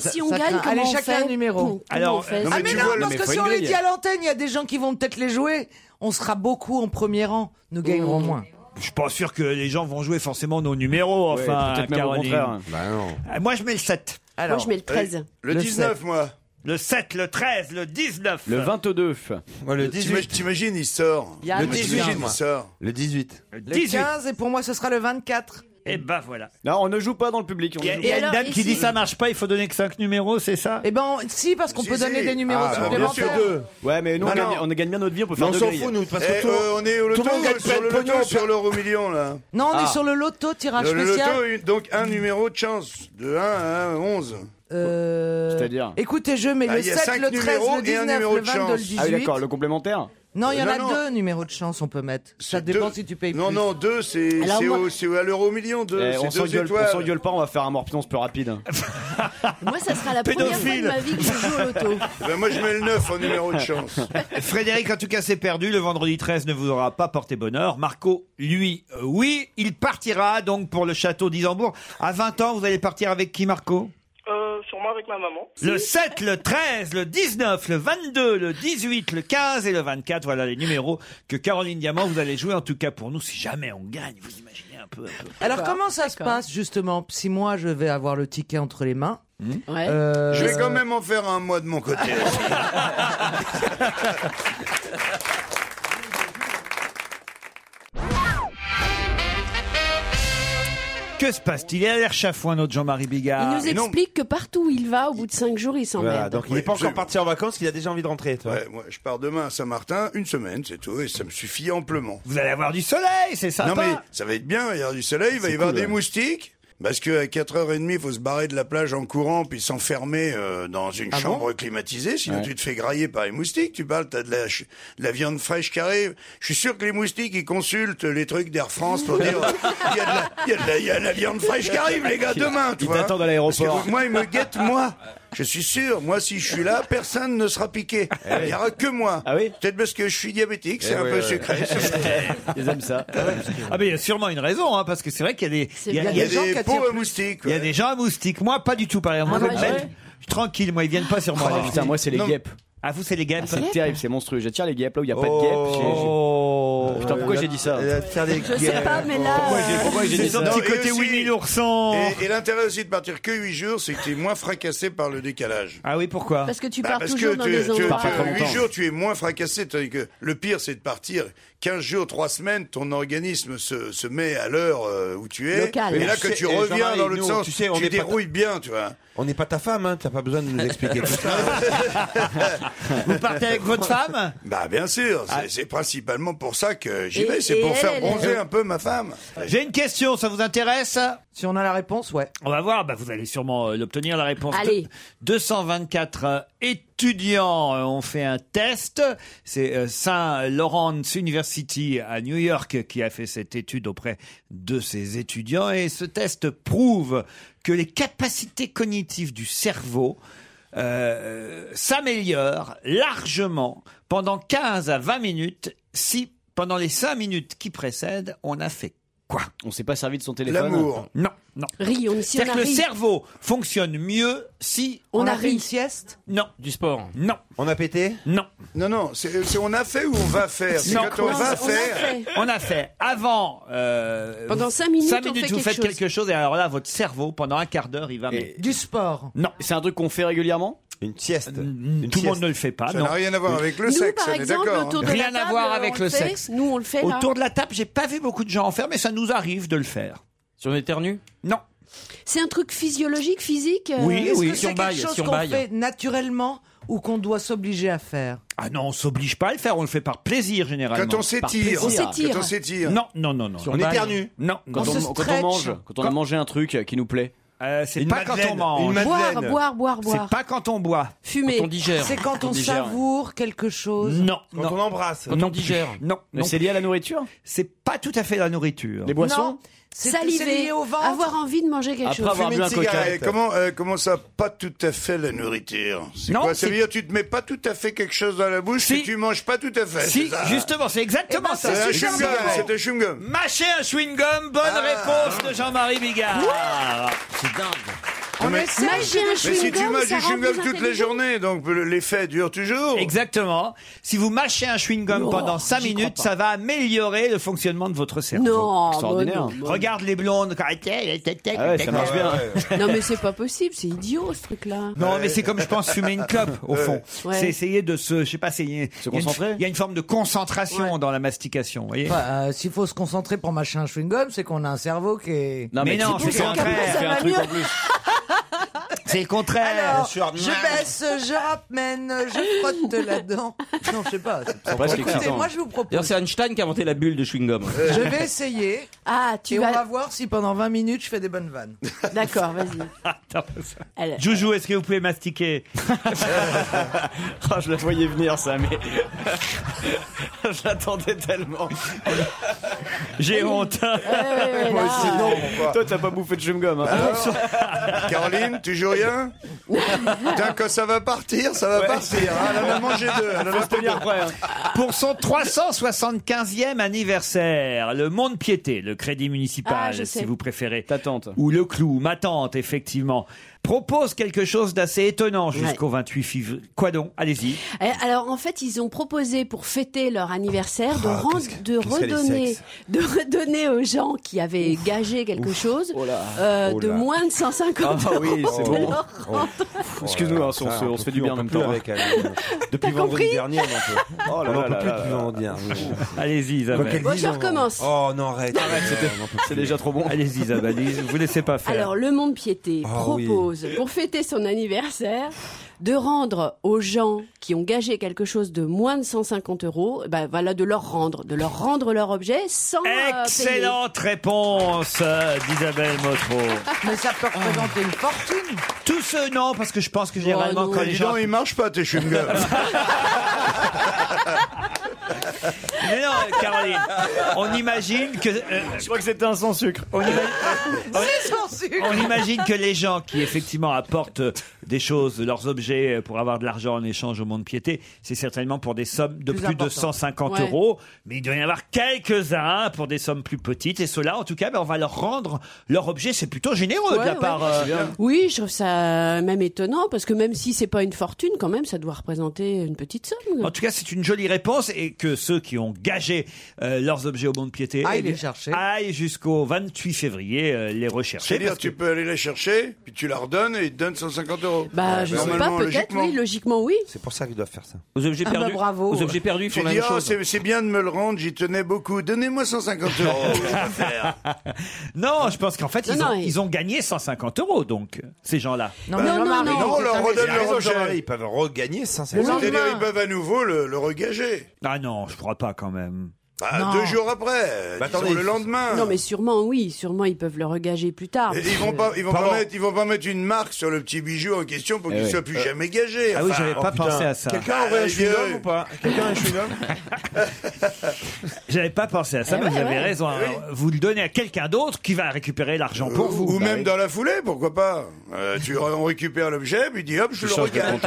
si on gagne, comment Allez, on chacun fait un numéro. Alors, euh, on fait non, ah mais mais tu non, vois, parce mais que faut si une on les grille. dit à l'antenne, il y a des gens qui vont peut-être les jouer. On sera beaucoup en premier rang. Nous gagnerons moins. Je suis pas sûr que les gens vont jouer forcément nos numéros, Ouais, enfin, peut-être même au Caroline. contraire. Bah non. Ah, Moi, je mets le 7. Alors, Moi, je mets le 13. euh, le 19, moi. Le 7, le 13, le 19. Le 22. le T'imag- 18. T'imagines, il sort. Il y a Le le 18, 18, il moi. sort. Le 18. Le 15 et pour moi ce sera le 24. Et ben voilà. Non, on ne joue pas dans le public. on Il y a, ne joue il y a pas. une dame qui dit ça marche pas, il faut donner que 5 numéros, c'est ça Eh ben on- si parce qu'on Si, peut si. donner des numéros Ah, bah, bien supplémentaires. sûr, deux. Ouais, mais nous, on, Non, gagne, non. on gagne bien notre vie, on peut Mais faire on deux s'en grilles. fout, nous, parce que Eh, tout- euh, on est au tout loto, le monde gagne plein sur de le pognon, loto, on sur perd- l'euro million, là. Non, on Ah. est sur le loto tirage Le spécial. loto, une- donc un numéro de chance, de 1 à 11. Euh, C'est-à-dire Écoutez, je mets Ah, le il y a 7, cinq le 13, numéros le et un 19, numéro le de 22, le chance. 18. Ah oui, d'accord, le complémentaire. Non, il y en Non, a non. deux numéros de chance, on peut mettre. Ça dépend si tu payes Euh, Non, plus. non, 2, c'est Alors c'est moi- au- c'est à l'euro million, 2. Eh, on C'est deux s'engueule étoiles. on s'engueule pas, on va faire un morpion plus rapide. Moi, ça sera la première fois de Pédophile. ma vie que je joue au loto. Eh ben, moi, je mets le 9 [laughs] en numéro de chance. [laughs] Frédéric, en tout cas, c'est perdu. Le vendredi 13 ne vous aura pas porté bonheur. Marco, lui, euh, oui, il partira donc pour le château d'Isambourg. À 20 ans, vous allez partir avec qui, Marco Euh, sûrement avec ma maman. Le 7, le 13, le 19, le 22, le 18, le 15 et le 24. Voilà les numéros que Caroline Diamant, vous allez jouer en tout cas pour nous si jamais on gagne. Vous imaginez un peu. un peu. Alors comment ça se passe justement Si moi je vais avoir le ticket entre les mains, Ouais. euh, Hmm. Je vais quand même en faire un mois de mon côté. [laughs] Que se passe-t-il Il a l'air chafouin, notre Jean-Marie Ah, Il Bigard. nous explique que partout où il va, au bout de 5 jours, il Voilà, s'emmerde. donc il n'est pas encore parti en vacances, il a déjà envie de rentrer. Toi. Ouais, moi, je pars demain à Saint-Martin, une semaine, c'est tout, et ça me suffit amplement. Vous allez avoir du soleil, c'est sympa. Non, mais ça va être bien, il y aura du soleil, il va y C'est avoir cool, des ouais. moustiques. Parce qu'à 4h30, il faut se barrer de la plage en courant, puis s'enfermer euh, dans une Ah chambre bon climatisée, sinon Ouais. tu te fais grailler par les moustiques, tu parles, t'as de la, ch- de la viande fraîche qui arrive. Je suis sûr que les moustiques, ils consultent les trucs d'Air France pour dire, euh, il y, a de la- il y a de la- il y a de la viande fraîche qui arrive, les gars, demain, tu Ils vois. t'attendent à l'aéroport. Parce que Moi, ils me guettent, moi. Je suis sûr, moi, si je suis là, personne ne sera piqué. Il n'y aura que moi. Peut-être parce que je suis diabétique, [laughs] c'est Ah Eh un oui, peu ouais. sucré. [laughs] Ils aiment ça. Ah mais il y a sûrement une raison, hein, parce que c'est vrai qu'il y a des, C'est vrai. Il y a des gens qui attirent pauvres plus. moustiques. Il y a des gens à moustiques. Moi, pas du tout, par exemple. Moi, Ah le ouais, bel- ouais. je suis tranquille, moi, ils viennent pas sur moi. Oh, les putain, moi, c'est les Non. guêpes. Ah, vous, c'est les guêpes. C'est terrible, c'est monstrueux. J'attire les guêpes là où il n'y a pas de guêpes. j'ai- j'ai- Oh Putain, pourquoi j'ai dit ça Euh, Je sais pas, mais là- Pourquoi j'ai- pourquoi j'ai dit ça petit côté Winnie l'ourson. Et, et l'intérêt aussi de partir que 8 jours, c'est que tu es moins fracassé par le décalage. Ah oui, pourquoi Parce que tu Bah, pars parce toujours que dans tu, les tu- endroits. tu- 8 jours, tu es moins fracassé. tandis que le pire, c'est de partir 15 jours, 3 semaines, ton organisme se, se met à l'heure euh, où tu es. Local. Et Mais là, tu que sais, tu eh, reviens Jean-Marie, dans l'autre nous, sens, tu tu, sais, on est pas- dérouilles bien, tu vois. On n'est pas ta femme, hein, t'as pas besoin de nous [laughs] expliquer tout ça. Vous partez avec votre femme Bah bien sûr, c'est c'est principalement pour ça que j'y Et- vais, c'est et pour faire elle, bronzer elle- un peu ma femme. J'ai une question, ça vous intéresse Si on a la réponse, ouais. On va voir, bah, vous allez sûrement euh, l'obtenir, la réponse. Allez. De- 224 euh, étudiants euh, ont fait un test. C'est euh, Saint Lawrence University à New York qui a fait cette étude auprès de ses étudiants. Et ce test prouve que les capacités cognitives du cerveau euh, s'améliorent largement pendant 15 à 20 minutes si, pendant les 5 minutes qui précèdent, on a fait quoi On s'est pas servi de son téléphone. L'amour. Non, non. Ri, on- si on C'est-à-dire a que le ri. cerveau fonctionne mieux si On On a a ri. fait une sieste Non. Du sport Non. On a pété Non. Non, non, c'est c'est on a fait ou on va faire C'est Non. quand on va faire. On a fait avant. euh, Pendant vous- cinq minutes, cinq on fait vous quelque faites chose. quelque chose et alors là, votre cerveau, pendant un quart d'heure, il va. Du sport Non. C'est un truc qu'on fait régulièrement Une sieste. Euh, Tout le monde ne le fait pas. Ça non. n'a rien à voir avec le Nous, sexe, par on est exemple, d'accord. autour hein. de la Rien à table, voir on avec le le fait. sexe. Nous, on le fait, là. Autour de la table, j'ai pas vu beaucoup de gens en faire, mais ça nous arrive de le faire. Sur éternue Non. C'est un truc physiologique, physique euh, Est-ce que c'est quelque chose qu'on fait naturellement ou qu'on doit s'obliger à faire Ah non, on s'oblige pas à le faire, on le fait par plaisir généralement. Quand on s'étire. Par plaisir. On s'étire. Quand on s'étire. Non, non, non, non. Sur bail. Non. Quand on, quand on mange, quand on a mangé un truc euh, qui nous plaît. c'est pas quand on mange. Boire, boire, boire, boire. C'est pas quand on boit. Fumer. Quand on digère. C'est quand on, On digère, savoure quelque chose Non. Quand on embrasse. non plus. Non. Mais non c'est lié à la nourriture C'est pas tout à fait la nourriture. Les boissons C'est- c'est Saliver. lié au ventre. Avoir envie de manger quelque chose. Fumer une cigarette. Comment, euh, comment ça, pas tout à fait la nourriture C'est Non, quoi Ça veut c'est- dire tu te mets pas tout à fait quelque chose dans la bouche que tu manges pas tout à fait. Si, justement, c'est exactement Eh ça. ben, c'est un chewing-gum, c'est un chewing-gum. Ah. Mâcher un chewing-gum, bonne réponse de Jean-Marie Bigard. c'est dingue. Non, mais, essaie, Mâcher un mais si tu chewing-gum, manges ça du rend chewing-gum plus toute la intelligent. journée, donc le- l'effet dure toujours. Exactement. Si vous mâchez un chewing-gum Non, pendant 5 j'y minutes, crois pas. ça va améliorer le fonctionnement de votre cerveau. Non, Extraordinaire. mais non. Regarde les blondes. Ah ouais, ça marche bien. Non, mais c'est pas possible, c'est idiot ce truc-là. Non, mais c'est comme je pense fumer une clope au fond. Ouais. C'est essayer de se, je sais pas, c'est il y a- il y a une- concentrer Il y a une forme de concentration dans la mastication. vous voyez Enfin, euh, S'il faut se concentrer pour mâcher un chewing-gum, c'est qu'on a un cerveau qui est. Non, mais Mais non, c'est c'est le le contraire. contraire. Fais un truc en plus. C'est le contraire. Alors, je baisse, je ramène, je frotte là-dedans. Non, je sais pas. c'est- C'est presque Écoutez, excitant. moi je vous propose. D'ailleurs, c'est Einstein qui a inventé la bulle de chewing-gum. Je [laughs] vais essayer. Ah, tu et vas- on va voir si pendant 20 minutes je fais des bonnes vannes. D'accord, vas-y. Elle- Joujou, est-ce que vous pouvez [laughs] mastiquer [laughs] Oh, Ah, je la voyais venir ça, [laughs] mais je l'attendais [laughs] tellement. J'ai honte. hein. Moi aussi, non. Toi, t'as pas bouffé de chewing-gum. hein. Ah Caroline, tu joues rien [laughs] Putain, quand ça va partir, ça va partir. hein. Elle en a mangé deux. Elle en a pas deux. hein. Pour son 375e anniversaire, le Monde Piété, le Crédit Ah, Municipal, je sais. si vous préférez. Ta tante. Ou le Clou, ma tante, effectivement, propose quelque chose d'assez étonnant jusqu'au 28 février. Quoi donc Allez-y. Eh, Alors en fait, ils ont proposé pour fêter leur anniversaire de, Ah, ren- qu'est-ce que- de qu'est-ce qu'elle est redonner, sexe. de redonner aux gens qui avaient gagé quelque chose euh, Oh de là. moins de 150 Ah oui, c'est euros de bon. leur Oh. rentrée. Excuse-nous, hein, on, se- Ça, on on se peut fait plus, du bien on en même peut plus temps. avec elle. [laughs] Depuis vendredi dernier, on en peut. Oh là on en là peut là plus là depuis là. vendredi. Allez-y, Quoi Isabelle. qu'elle Bon, je recommence. Oh non, arrête. Arrête, c'est déjà trop bon. [laughs] Allez-y, Isabelle. Ne vous laissez pas faire. Alors, Le Monde Piété Ah oui. propose, pour fêter son anniversaire, de rendre aux gens qui ont gagé quelque chose de moins de 150 euros, bah, voilà, de leur rendre, de leur rendre leur objet sans euh, payer. Excellente réponse euh, d'Isabelle Motro. Mais ça peut représenter une fortune. Oh, Tout ce non, parce que je pense que Oh, généralement quand les Dis gens donc, il marche pas [laughs] tes chewing Mais non, Caroline, on imagine que. je crois que c'était un sans sucre. On imagine, on imagine que les gens qui effectivement apportent euh, des choses, leurs objets, euh, pour avoir de l'argent en échange au monde piété, c'est certainement pour des sommes de Plus plus, de important. 150 Ouais. euros. Mais il doit y en avoir quelques-uns pour des sommes plus petites. Et ceux-là, en tout cas, ben, on va leur rendre leur objet. C'est plutôt généreux de Ouais, la ouais. part. euh, Oui, je trouve ça même étonnant parce que même si c'est pas une fortune, quand même, ça doit représenter une petite somme. En tout cas, c'est une jolie réponse et que ceux qui ont gagé euh, leurs objets au monde piété Aillent eh bien, les chercher. aillent jusqu'au 28 février euh, les rechercher. C'est-à-dire, parce que- tu peux aller la chercher, puis tu la redonnes et ils te donnent 150 euros. Euh, Bah, je sais pas, Normalement, peut-être, oui, logiquement, oui. C'est pour ça qu'ils doivent faire ça. Aux objets Ah bah, perdus- bravo. aux objets perdus, ils Tu font la dis, même oh, chose. c'est- c'est bien de me le rendre, j'y tenais beaucoup. Donnez-moi 150 euros. Oh, [laughs] je vais faire. non, je pense qu'en fait, Non, ils, non, ont, et- ils ont gagné 150 euros, donc, ces gens-là. Non, mais Bah, non, Jean-Marie, non, non, on leur Ils redonne ont leur raison, objet. Ils peuvent regagner 500 Le C'est-à-dire, ils peuvent à nouveau le, le regager. Ah non, je crois pas quand même. Bah, deux jours après, euh, Bah, disons le lendemain. Non, mais sûrement, oui, sûrement, ils peuvent le regager plus tard. Et ils vont pas, ils vont pas mettre, ils vont pas mettre une marque sur le petit bijou en question pour Eh qu'il oui. soit plus Euh, jamais gagé. oh, ah oui, j'avais pas pensé à ça. Ah, Quelqu'un aurait un chewing-gum ou pas Quelqu'un a un chewing-gum J'avais pas pensé à ça, Eh mais ouais, vous avez ouais. raison. Eh Alors, Vous le donnez à quelqu'un d'autre qui va récupérer l'argent pour vous. Ou Bah même oui. dans la foulée, pourquoi pas Euh, Tu on récupère l'objet, puis dis hop, je le regage.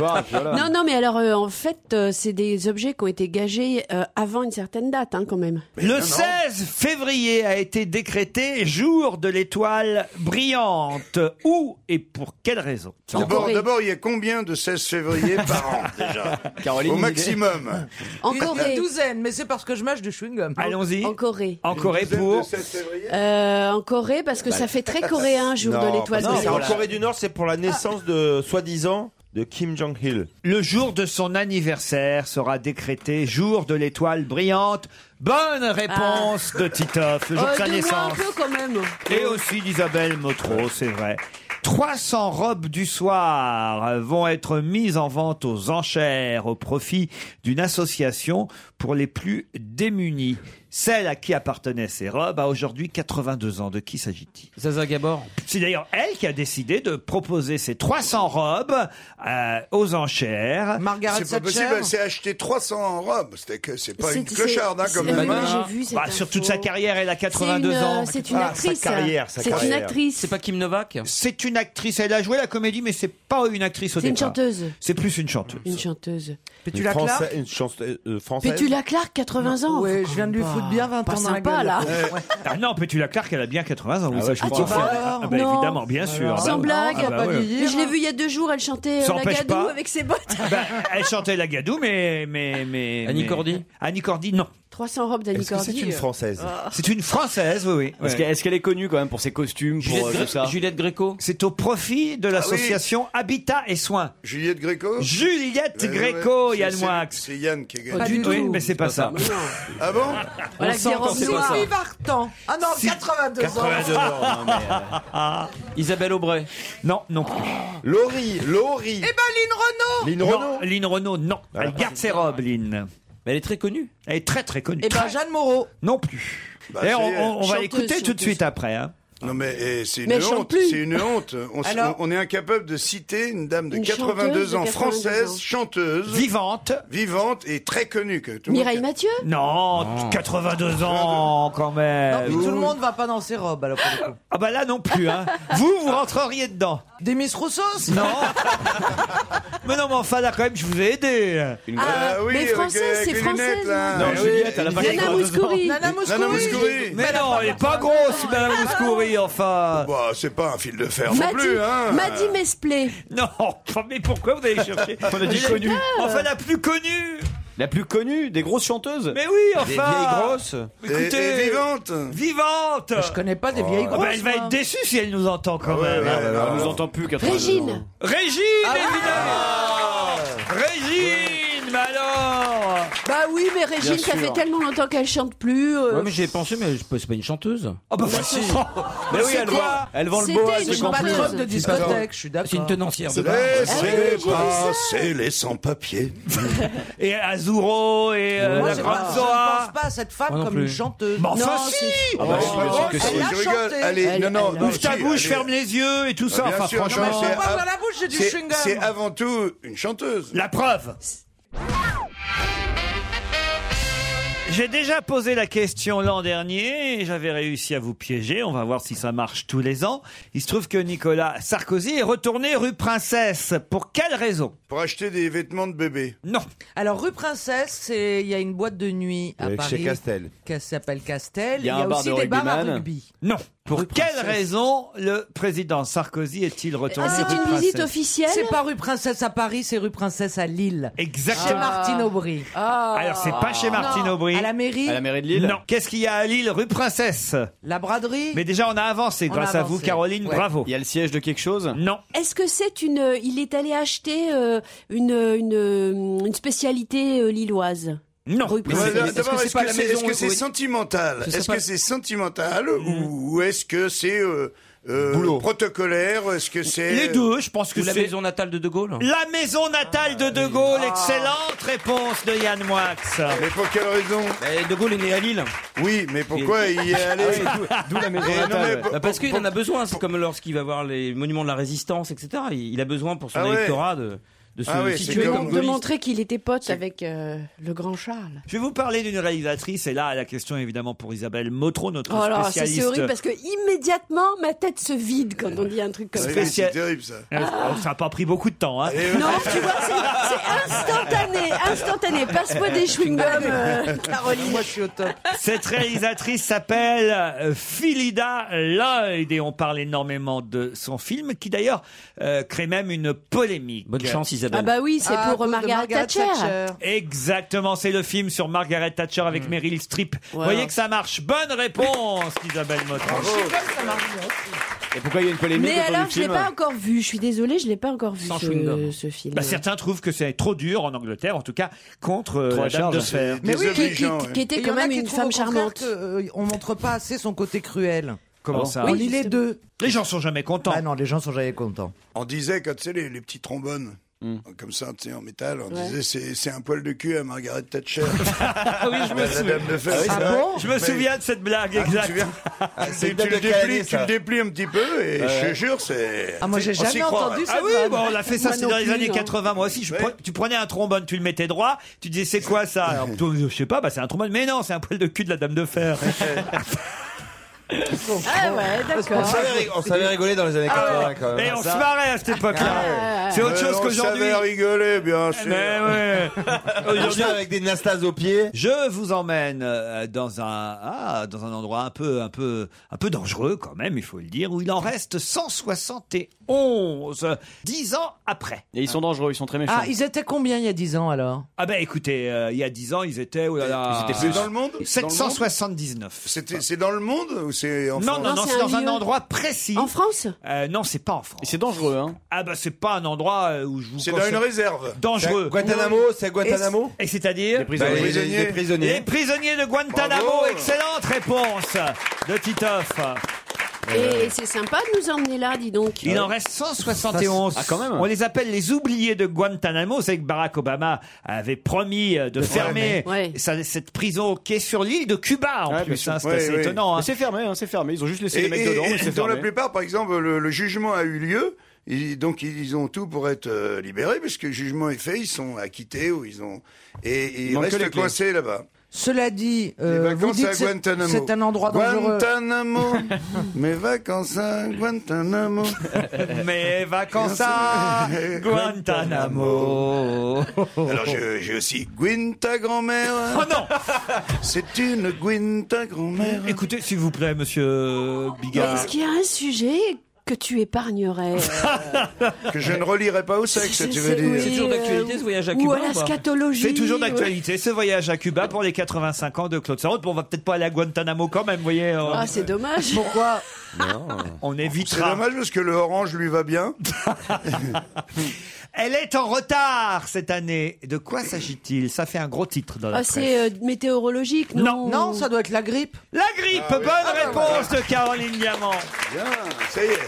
Non, non, mais alors, euh, en fait, euh, c'est des objets qui ont été gagés euh, avant une certaine date, hein, quand même. Le 16 février a été décrété jour de l'étoile brillante. Où et pour quelle raison D'abord, d'abord, il y a combien de 16 février par an déjà Caroline, Au une idée maximum. En Une- Corée. Une douzaine, mais c'est parce que je mâche du chewing-gum. Allons-y. En Corée. En Corée Le pour. 16 février. Euh, en Corée, parce que ça fait très coréen, jour de l'étoile Non, parce que c'est brillante. en Corée du Nord, c'est pour la naissance de, soi-disant, de Kim Jong-il. Le jour de son anniversaire sera décrété jour de l'étoile brillante. Bonne réponse de Titoff, bah, le jour Euh, de sa de moins naissance. un peu, quand même. Et aussi d'Isabelle Motro, c'est vrai. 300 robes du soir vont être mises en vente aux enchères au profit d'une association pour les plus démunis. Celle à qui appartenaient ces robes a aujourd'hui 82 ans. De qui s'agit-il Zaza Gabor. C'est d'ailleurs elle qui a décidé de proposer ces 300 robes euh, aux enchères. C'est pas possible, elle s'est acheté 300 en robe. C'était que c'est pas C'est- une clocharde, hein, c'est- quand c'est- même. oui, hein. j'ai vu cette Bah, sur toute info. sa carrière, elle a 82 C'est une, ans. euh, C'est une Ah, sa actrice. carrière, sa C'est une carrière. actrice. C'est pas Kim Novak C'est une actrice, elle a joué la comédie, mais c'est pas une actrice au C'est une départ. chanteuse. C'est plus une chanteuse. Une chanteuse. Une Française- Une chanteuse euh, française. Pétula Clark, 80 ans. Ouais, je viens de lui foutre bien 20 pas ans dans la sympa, gueule. là. Ah non, Pétula Clark, elle a bien 80 ans. vous savez, je Ah, vous tu confirme. parles Ah bah, Non. Évidemment, bien sûr. Ah Sans bah, blague. ah bah ouais. Mais je l'ai vue il y a deux jours, elle chantait euh, Ça la empêche gadou pas. avec ses [laughs] bottes. Ah bah, elle chantait la gadoue, mais. mais, mais Annie mais- Cordy Annie Cordy, non. 300 robes d'Annie Cordy. Ah. C'est une Française, oui, oui. Est-ce Ouais. qu'elle est-ce qu'elle est connue quand même pour ses costumes, pour Juliette euh, Gre- tout ça Juliette Gréco C'est au profit de l'association Habitat et Soins. Ah Juliette Gréco Juliette Ouais, ouais, Gréco, c'est- Yann c'est- Moix. C'est Yann qui est Pas du gagné. tout. Oui, mais c'est pas ça. [laughs] Ah bon Voilà, On sent quand c'est pas ça. Sylvie Vartan. Ah non, 82 ans. 82 ans, non, [laughs] Isabelle Aubray Non, non euh. [gasps] plus. Laurie, Laurie. Eh ben, Lynn Renault Lynn Renault Lynn Renault, non. Elle garde ses robes, Lynn. Mais elle est très connue. Elle est très très connue. Eh ben, Jeanne Moreau. Non plus. Bah, Et on, c'est- on- on va Chanteuse, l'écouter tout de chanteuse. suite après. hein. Non mais eh, c'est une Mais elle chante honte, plus. c'est une honte. On, s- Alors on- on est incapable de citer une dame de Une 82 ans, chanteuse de 82 française, ans. chanteuse, vivante, vivante et très connue que tout le Mireille monde- Mathieu Non, 82 ans quand même. Tout le monde va pas dans ses robes, alors pour le coup. Ah bah là non plus. Hein. vous, vous rentreriez dedans. Des Miss Roussos Non. [laughs] mais non, mais enfin, là, quand même, je vous ai aidé. Ah, oui, euh, mais français, avec- avec c'est les française, lunettes, là. Ah, Non, Juliette, elle a pas Nana Nana quatre-vingt-deux ans. Mouskouri. Nana Mouskouri. Nana Mouskouri. Mais non, elle est pas grosse, Madame Mouskouri, enfin. Bah, c'est pas un fil de fer M'a non plus, hein. Maddy Mesplé. Non, mais pourquoi vous [laughs] allez chercher On a dit J'ai connu. peur. Enfin, la plus connue. La plus connue des grosses chanteuses. Mais oui, enfin. Des vieilles grosses. Écoutez, euh, Vivante. Je connais pas des vieilles Ah bah, grosses, elle va moi. être déçue si elle nous entend quand même. ouais, hein. ouais, ouais, elle nous entend plus, 82 Régine. Ah. ans. Régine, évidemment. Régine, mais alors. Bah oui, mais Régine, Bien ça sûr. fait tellement longtemps qu'elle chante plus. euh, Ouais, mais j'ai pensé, mais je- c'est pas une chanteuse. Ah bah, si. Mais oui, elle C'était- vend, elle vend le c'était boa. une c'est compris. patronne de discothèque, je suis d'accord. C'est une Ah, tenancière de bar. Laissez passer les sans-papiers. Et Azuro et euh, Moi, la je Grande pense- je ne pense Zoa. pas à cette femme Moi non comme une plus. chanteuse. Mais enfin, Non, si c'est- Ah bah, si, bien sûr que si. Elle a Je rigole. chanté. Allez, non, non, non, Ouvre ta si, bouche, allez. ferme les yeux et tout ça. Ah, bien Enfin, sûr, franchement, non, Je c'est- parle dans la bouche, j'ai du C'est- chewing-gum. C'est avant tout une chanteuse. la preuve. J'ai déjà posé la question l'an dernier et j'avais réussi à vous piéger. On va voir si ça marche tous les ans. Il se trouve que Nicolas Sarkozy est retourné rue Princesse. Pour quelle raison Pour acheter des vêtements de bébé. Non. Alors, rue Princesse, c'est- il y a une boîte de nuit à Avec Paris. chez Castel. Qui s'appelle Castel. Il y a Et un bar aussi de des bars à rugbyman. rugby. Non. Pour Rue quelle Princesse. Ah, raison le président Sarkozy est-il retourné c'est rue une Princesse visite officielle. C'est pas rue Princesse à Paris, c'est rue Princesse à Lille. Chez Exactement. Martine Aubry. Alors c'est pas chez Martine Ah. Non, Aubry. À la mairie. À la mairie de Lille Non. Qu'est-ce qu'il y a à Lille Rue Princesse. La braderie. Mais déjà on a avancé On a grâce à vous avancé. Caroline, Ouais. bravo. Il y a le siège de quelque chose Non. Est-ce que c'est une. euh, Il est allé acheter euh, une, une, euh, une spécialité euh, lilloise Non. Rue Ouais, Princesse. là, est-ce que D'abord, c'est est-ce pas que la c'est maison est-ce que c'est où- sentimental Ce serait Est-ce pas- que c'est sentimental ou, ou est-ce que c'est euh, euh, Boulot. protocolaire Est-ce que c'est Les deux, je pense que Ou la c'est maison natale de De Gaulle la maison natale de De Gaulle. Excellente réponse de Yann Moix. Mais pour quelle raison Eh, De Gaulle est né à Lille. Oui, mais pourquoi y est allé D'où la maison Et non, natale. mais- ouais. Bah, parce qu'il en a besoin. C'est comme lorsqu'il va voir les monuments de la résistance, etc. Il il a besoin pour son Ah ouais. électorat de, de se Ah ouais, situer c'est De, comme- comme de gaulliste. montrer qu'il était pote avec euh, le grand Charles. Je vais vous parler d'une réalisatrice et là la question est évidemment pour Isabelle Motro, notre Oh là, ça, spécialiste. c'est horrible parce que immédiatement ma tête se vide quand on dit un truc comme ça. Oui, spécial- C'est terrible ça. Eh Euh, Ça n'a pas pris beaucoup de temps. Hein. Non, tu vois, c'est c'est instantané, instantané. Passe-moi des chewing-gums, [laughs] [laughs] euh, Caroline. Moi, je suis au top. Cette réalisatrice s'appelle euh, Philida Lloyd et on parle énormément de son film qui d'ailleurs euh, crée même une polémique. Bonne chance, Isabelle. Ah bah oui, c'est Ah, à pour cause euh, de Margaret, Thatcher. Exactement, c'est le film sur Margaret Thatcher Mm. avec Meryl Streep. Vous Voilà. voyez que ça marche. Bonne réponse, Isabelle Motron. Et pourquoi il y a une polémique Mais autour alors, du je l'ai film pas encore vu. Je suis désolée, je l'ai pas encore vu Sans ce, chewing-gum. ce film. Bah, certains trouvent que c'est trop dur en Angleterre, en tout cas contre euh, Trop à la dame charge. de fer. Mais oui, qui, qui- Obligeant, qui ouais. était Et il y quand en a même qui une trouvent femme au contraire charmante. que, euh, on montre pas assez son côté cruel. Comment Oh. Ah. ça on lit les deux. Les gens sont jamais contents. Ah non, les gens sont jamais contents. On disait, quand tu sais, les, les petits trombones, comme ça, tu sais, en métal, on Ouais. disait c'est- c'est un poil de cul à Margaret Thatcher. Ah oui, je me la dame de fer. Ah oui, c'est ah vrai. Je me Mais- souviens de cette blague, Ah, tu te exact. [laughs] souviens Ah, c'est tu, une date tu le de quelle année, déplies, tu ça le déplies un petit peu et je te jure, c'est. Ah, moi, j'ai on s'y jamais croirait. entendu Ah cette oui, vanne. bon, on l'a fait ça, Moi c'est non dans les plus, années hein. 80. Moi aussi, je pre- tu prenais un trombone, tu le mettais droit, tu disais c'est quoi ça Alors, toi, Je sais pas, bah, c'est un trombone. Mais non, c'est un poil de cul de la dame de [laughs] fer. Ah ouais, On d'accord. Ah. savait, rig- on savait rigoler dans les années 80 quand même. Et on se marrait à cette Ah. époque-là. C'est autre Mais chose on qu'aujourd'hui. savait rigoler, bien sûr. Mais ouais. [laughs] Aujourd'hui, avec des nastas aux pieds. Je vous emmène euh, dans un ah, dans un endroit un peu un peu un peu dangereux quand même, il faut le dire, où il en reste 171 dix ans après. Et ils sont dangereux, ils sont très méchants. Ah, ils étaient combien il y a 10 ans alors Ah ben écoutez, euh, il y a 10 ans, ils étaient oh là là, C'était plus Ah. dans le monde Dans le monde 779. C'était- C'est dans le monde ou c'est en Non, France non, non, c'est c'est un dans un lieu. endroit précis. En France Euh, non, c'est pas en Et France. c'est dangereux, hein. Ah bah c'est pas un endroit euh, où je vous C'est dans conseille- une réserve. dangereux. Guantanamo, c'est Guantanamo Et c'est-à-dire Les Bah, prisonniers. les- les- prisonniers. les les prisonniers. prisonniers de Guantanamo. Bravo. Excellente réponse de Titoff. Et c'est sympa de nous emmener là, dis donc. Il en reste 171. Ah, quand même. On les appelle les oubliés de Guantanamo. C'est que Barack Obama avait promis euh, de fermer fermer. Ouais. sa- cette prison qui est sur l'île de Cuba. En Ouais, bien plus, sûr. hein, c'est Ouais, assez ouais. étonnant. hein. Mais C'est fermé, hein, c'est fermé. Ils ont juste laissé Et, les mecs et- dedans, mais et c'est dans la fermé. plupart, par exemple, le, le jugement a eu lieu. Ils- donc ils ont tout pour être euh, libérés, puisque le jugement est fait, ils sont acquittés ou ils ont et, et Il ils manque que les restent clés. coincés là-bas. Cela dit, euh, Les vous vacances dites à que c'est- Guantanamo. c'est un endroit dangereux. Guantanamo, [laughs] mes vacances à Guantanamo. [laughs] Mes vacances à Guantanamo. [laughs] Alors je- j'ai aussi Gwynta grand-mère. Oh non C'est une Gwynta grand-mère. Écoutez, s'il vous plaît, monsieur Bigard. Est-ce qu'il y a un sujet que tu épargnerais euh, Que je ne relierai pas au sexe, tu veux c'est- dire. oui, C'est toujours d'actualité, euh, ce voyage à ou Cuba, à la ou pas scatologie, C'est toujours ouais. d'actualité, ce voyage à Cuba pour les 85 ans de Claude Sarraute. Bon, on va peut-être pas aller à Guantanamo quand même, vous voyez. euh, Ah, c'est dommage. Pourquoi On C'est évitera. dommage parce que le orange lui va bien. [laughs] Elle est en retard cette année. De quoi s'agit-il Ça fait un gros titre dans la Ah, presse. c'est euh, météorologique, non Non. Non, ça doit être la grippe. La grippe, Ah oui. bonne Ah, bah, réponse voilà. de Caroline Diamant. Bien, ça y est.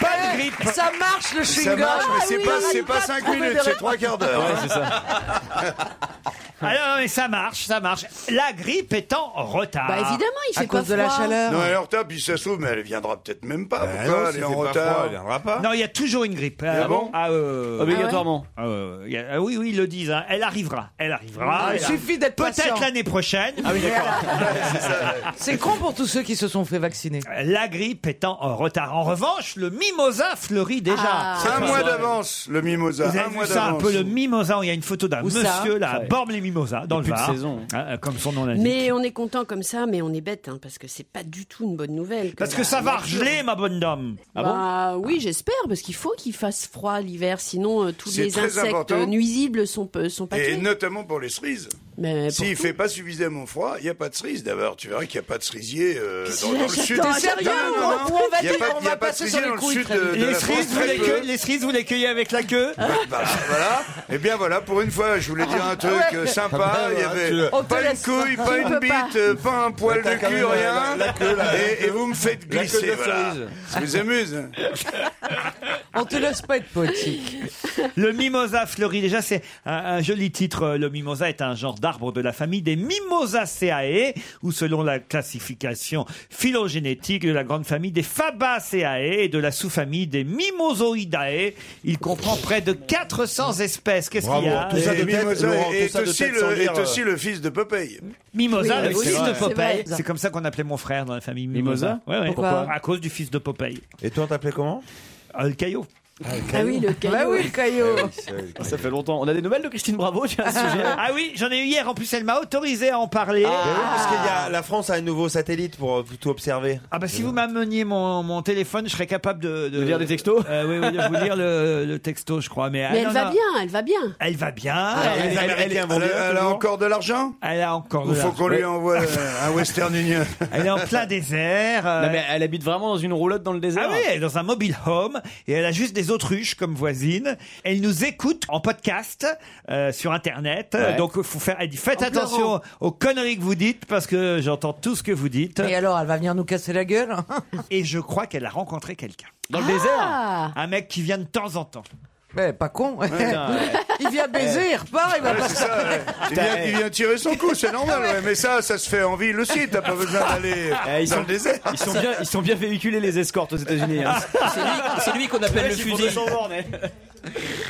Pas de grippe. Ça marche le chewing-gum. Ça marche, mais c'est Ah oui, pas, on c'est arrive pas à 5 trouver minutes, des c'est 3 quarts d'heure. hein. [laughs] Alors, non, mais ça marche, ça marche. La grippe est en retard. Bah, évidemment, il À fait pas cause de la froid. chaleur. Non, elle est en retard, puis ça se trouve, mais elle viendra peut-être même pas. Bah Pourquoi non, elle s'il est fait en pas retard froid, elle viendra pas. Non, il y a toujours une grippe. Ah bon Ah, euh, Obligatoirement. Ah ouais, ouais, ouais. Ah oui, oui, ils le disent. hein. Elle arrivera. Elle arrivera. Ah, il Elle suffit d'être patient. Peut-être l'année prochaine. Ah oui, C'est con pour tous ceux qui se sont fait vacciner. La grippe étant en retard. En revanche, le mimosa fleurit déjà. Ah. C'est Un pas mois vrai. d'avance, le mimosa. Vous un avez vu mois ça un d'avance. peu le mimosa où il y a une photo d'un Où ça monsieur là à Ouais. Bormes les Mimosas dans Et le puis de Var, saison. hein, euh, comme son nom l'indique. Mais on est content comme ça, mais on est bête, hein, parce que c'est pas du tout une bonne nouvelle. Parce la- que ça la va nature- geler, ma bonne dame. Ah bah oui, j'espère, parce qu'il faut qu'il fasse froid l'hiver, sinon euh, tous C'est les très insectes important. euh, nuisibles sont, pe- sont pas Et tués. notamment pour les cerises. Mais pour S'il tout. fait pas suffisamment froid, il n'y a pas de cerises d'abord. Tu verras qu'il n'y a pas de cerisier euh, dans, dans le Attends, sud. t'es Non, sérieux non, non, non. On va hein. Il y a dire, pas- on il y a va pas de passer cerisier sur les dans le couilles, sud très de- vite. de Les la France, cerises, vous très les, peu. cueillez- les cerises, vous les cueillez avec la [laughs] queue Voilà, voilà. Eh bien voilà, pour une fois, je voulais dire un truc Ouais. euh, Ah sympa. ben, Il y voilà, avait tu le- On te pas une laisse. couille, Tu pas une peux bite, pas. euh, pas un poil T'as de quand cul, même la- rien. la- la queue, là, la et, et vous me faites La queue de glisser. la voilà. cerise. Ça vous amuse. hein On te laisse pas être poétique. Le mimosa fleurit déjà, c'est un, un joli titre. Le mimosa est un genre d'arbre de la famille des Mimosaceae, ou selon la classification phylogénétique de la grande famille des Fabaceae et de la sous-famille des Mimosoidae. Il comprend près de 400 espèces. Qu'est-ce qu'il y a Bravo, tout ça Et de tête, Mimosa Laurent, est, tout ça de aussi tête sans le, est dire, aussi le fils de Popeye. Mimosa, Oui, le oui, fils c'est de vrai. Popeye. C'est vrai. C'est comme ça qu'on appelait mon frère dans la famille Mimosa. Mimosa Ouais, ouais. Pourquoi À cause du fils de Popeye. Et toi, on t'appelait comment Euh, le caillot. Ah oui, le Ah caillou. Bah oui, le caillot. Ah Ça fait longtemps. On a des nouvelles de Christine Bravo, j'ai un sujet. Ah oui, j'en ai eu hier. En plus, elle m'a autorisé à en parler. Ben oui, parce qu'il y a- la France a un nouveau satellite pour euh, tout observer. Ah bah si vous m'ameniez mon, mon téléphone, je serais capable de, De lire des textos Euh, oui, oui, de vous lire le, le texto, je crois. Mais, ah, Mais non, elle va non. bien, elle va bien. Ah, Elle va bien. Ah, les elle, Américains Elle, vont bien, elle a toujours encore de l'argent elle a encore. Il de faut l'argent. qu'on lui envoie euh, un Western Union. [laughs] Elle est en plein désert. euh, Non, mais elle habite vraiment dans une roulotte dans le Ah désert. oui, elle est dans un mobile home et elle a juste des autruches comme voisine. Elle nous écoute en podcast euh, sur internet. Ouais. Donc faut faire. Elle dit faites En attention pleurant. aux conneries que vous dites parce que j'entends tout ce que vous dites. Et alors, elle va venir nous casser la gueule [laughs] Et je crois qu'elle a rencontré quelqu'un, Dans le désert Ah, un mec qui vient de temps en temps. Mais pas con. Putain, ouais. Il vient baiser, il repart, [laughs] il va pas C'est ça, ouais. il, vient, il vient tirer son coup, c'est normal. ouais. Mais ça, ça se fait en ville aussi. T'as pas besoin d'aller [laughs] Eh, ils dans sont- le désert. Ils sont bien, ils sont bien véhiculés les escortes aux États-Unis. hein. C'est lui qu'on appelle le fusil.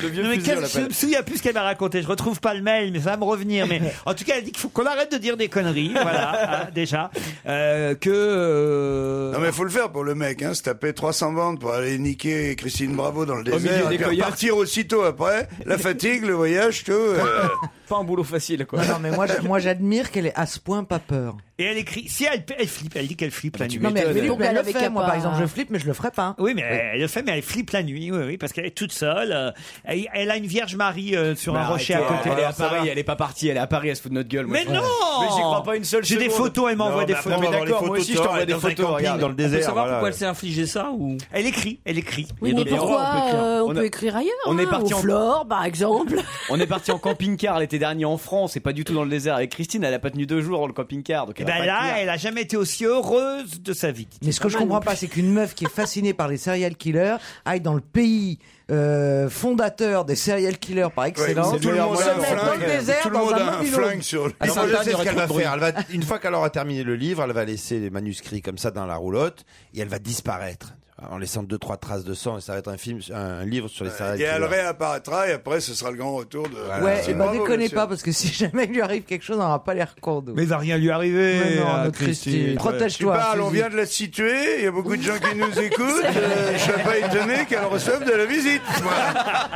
Le vieux Non, fusil, on mais qu'est-ce que je l'appelle. me souviens plus ce qu'elle m'a raconté. Je retrouve pas le mail, mais ça va me [laughs] revenir. Mais en tout cas, elle dit qu'il faut qu'on arrête de dire des conneries, voilà, hein, déjà. Euh, que euh, Non mais faut le faire pour le mec, hein, se taper 300 bandes pour aller niquer Christine Bravo dans le milieu désert, des et puis coyotes. repartir aussitôt après, la fatigue, le voyage, tout. euh, Pas un boulot facile quoi. Non, non, mais moi, je- moi j'admire qu'elle ait à ce point pas peur. et elle écrit. Si elle, elle flippe, elle dit qu'elle flippe la nuit. Non, mais elle, m'étonnes. flippe, Donc, mais elle elle le avait fait. qu'à Moi, pas- par exemple, je flippe, mais je le ferai pas. hein. Oui, mais elle le fait, mais elle flippe la nuit, oui, oui, parce qu'elle est toute seule. euh, elle, elle a une Vierge Marie euh, sur un Bah, rocher à arrêtez, côté. Elle est à Paris, elle est pas partie, elle est à Paris, elle se fout de notre gueule. moi, Mais je- non Mais j'y crois pas une seule J'ai des seconde. bah, photos, elle m'envoie Non, des mais après, photos. on va avoir d'accord, les photos moi aussi, je de toi, t'envoie elle est des dans un photos, camping regarde. dans le On peut désert. savoir voilà. pourquoi elle s'est infligée ça ou Elle écrit, elle écrit. Oui, Il y a mais d'autres endroits, on peut pourquoi écrire. euh, on, On peut a- écrire ailleurs on est hein, parti au en- Flore, par exemple. On est parti en camping-car l'été dernier en France et pas du tout dans le désert. Et Christine, elle a pas tenu deux jours dans le camping-car. Donc Et Bah elle ben a pas hein. là, tenu- elle a jamais été aussi heureuse de sa vie. Mais ce que je comprends pas, c'est qu'une meuf qui est fascinée par les serial killers aille dans le pays euh, fondateur des serial killers par excellence. tout le monde se a un mettre dans le flingue, désert tout le dans monde un a un mobile flingue sur le. Alors, Et moi, je Sandra, sais il y ce aurait qu'elle trop va de bruit. faire. Elle va, une fois qu'elle aura terminé le livre, elle va laisser les manuscrits comme ça dans la roulotte et elle va disparaître. en laissant deux trois traces de sang et ça va être un film, un, un livre sur les salades. Et elle réapparaîtra et après ce sera le grand retour de. Ouais, et bah Bravo, déconnez monsieur. pas, parce que si [laughs] jamais il lui arrive quelque chose, on n'aura pas l'air con. nous. Mais il va rien lui arriver. Mais Eh, non, à notre Christine. Christine. Ouais. Protège-toi. euh, Tu parles, on vient de la situer, il y a beaucoup de gens qui nous écoutent. euh, je serais pas étonné qu'elle reçoive de la visite. Voilà.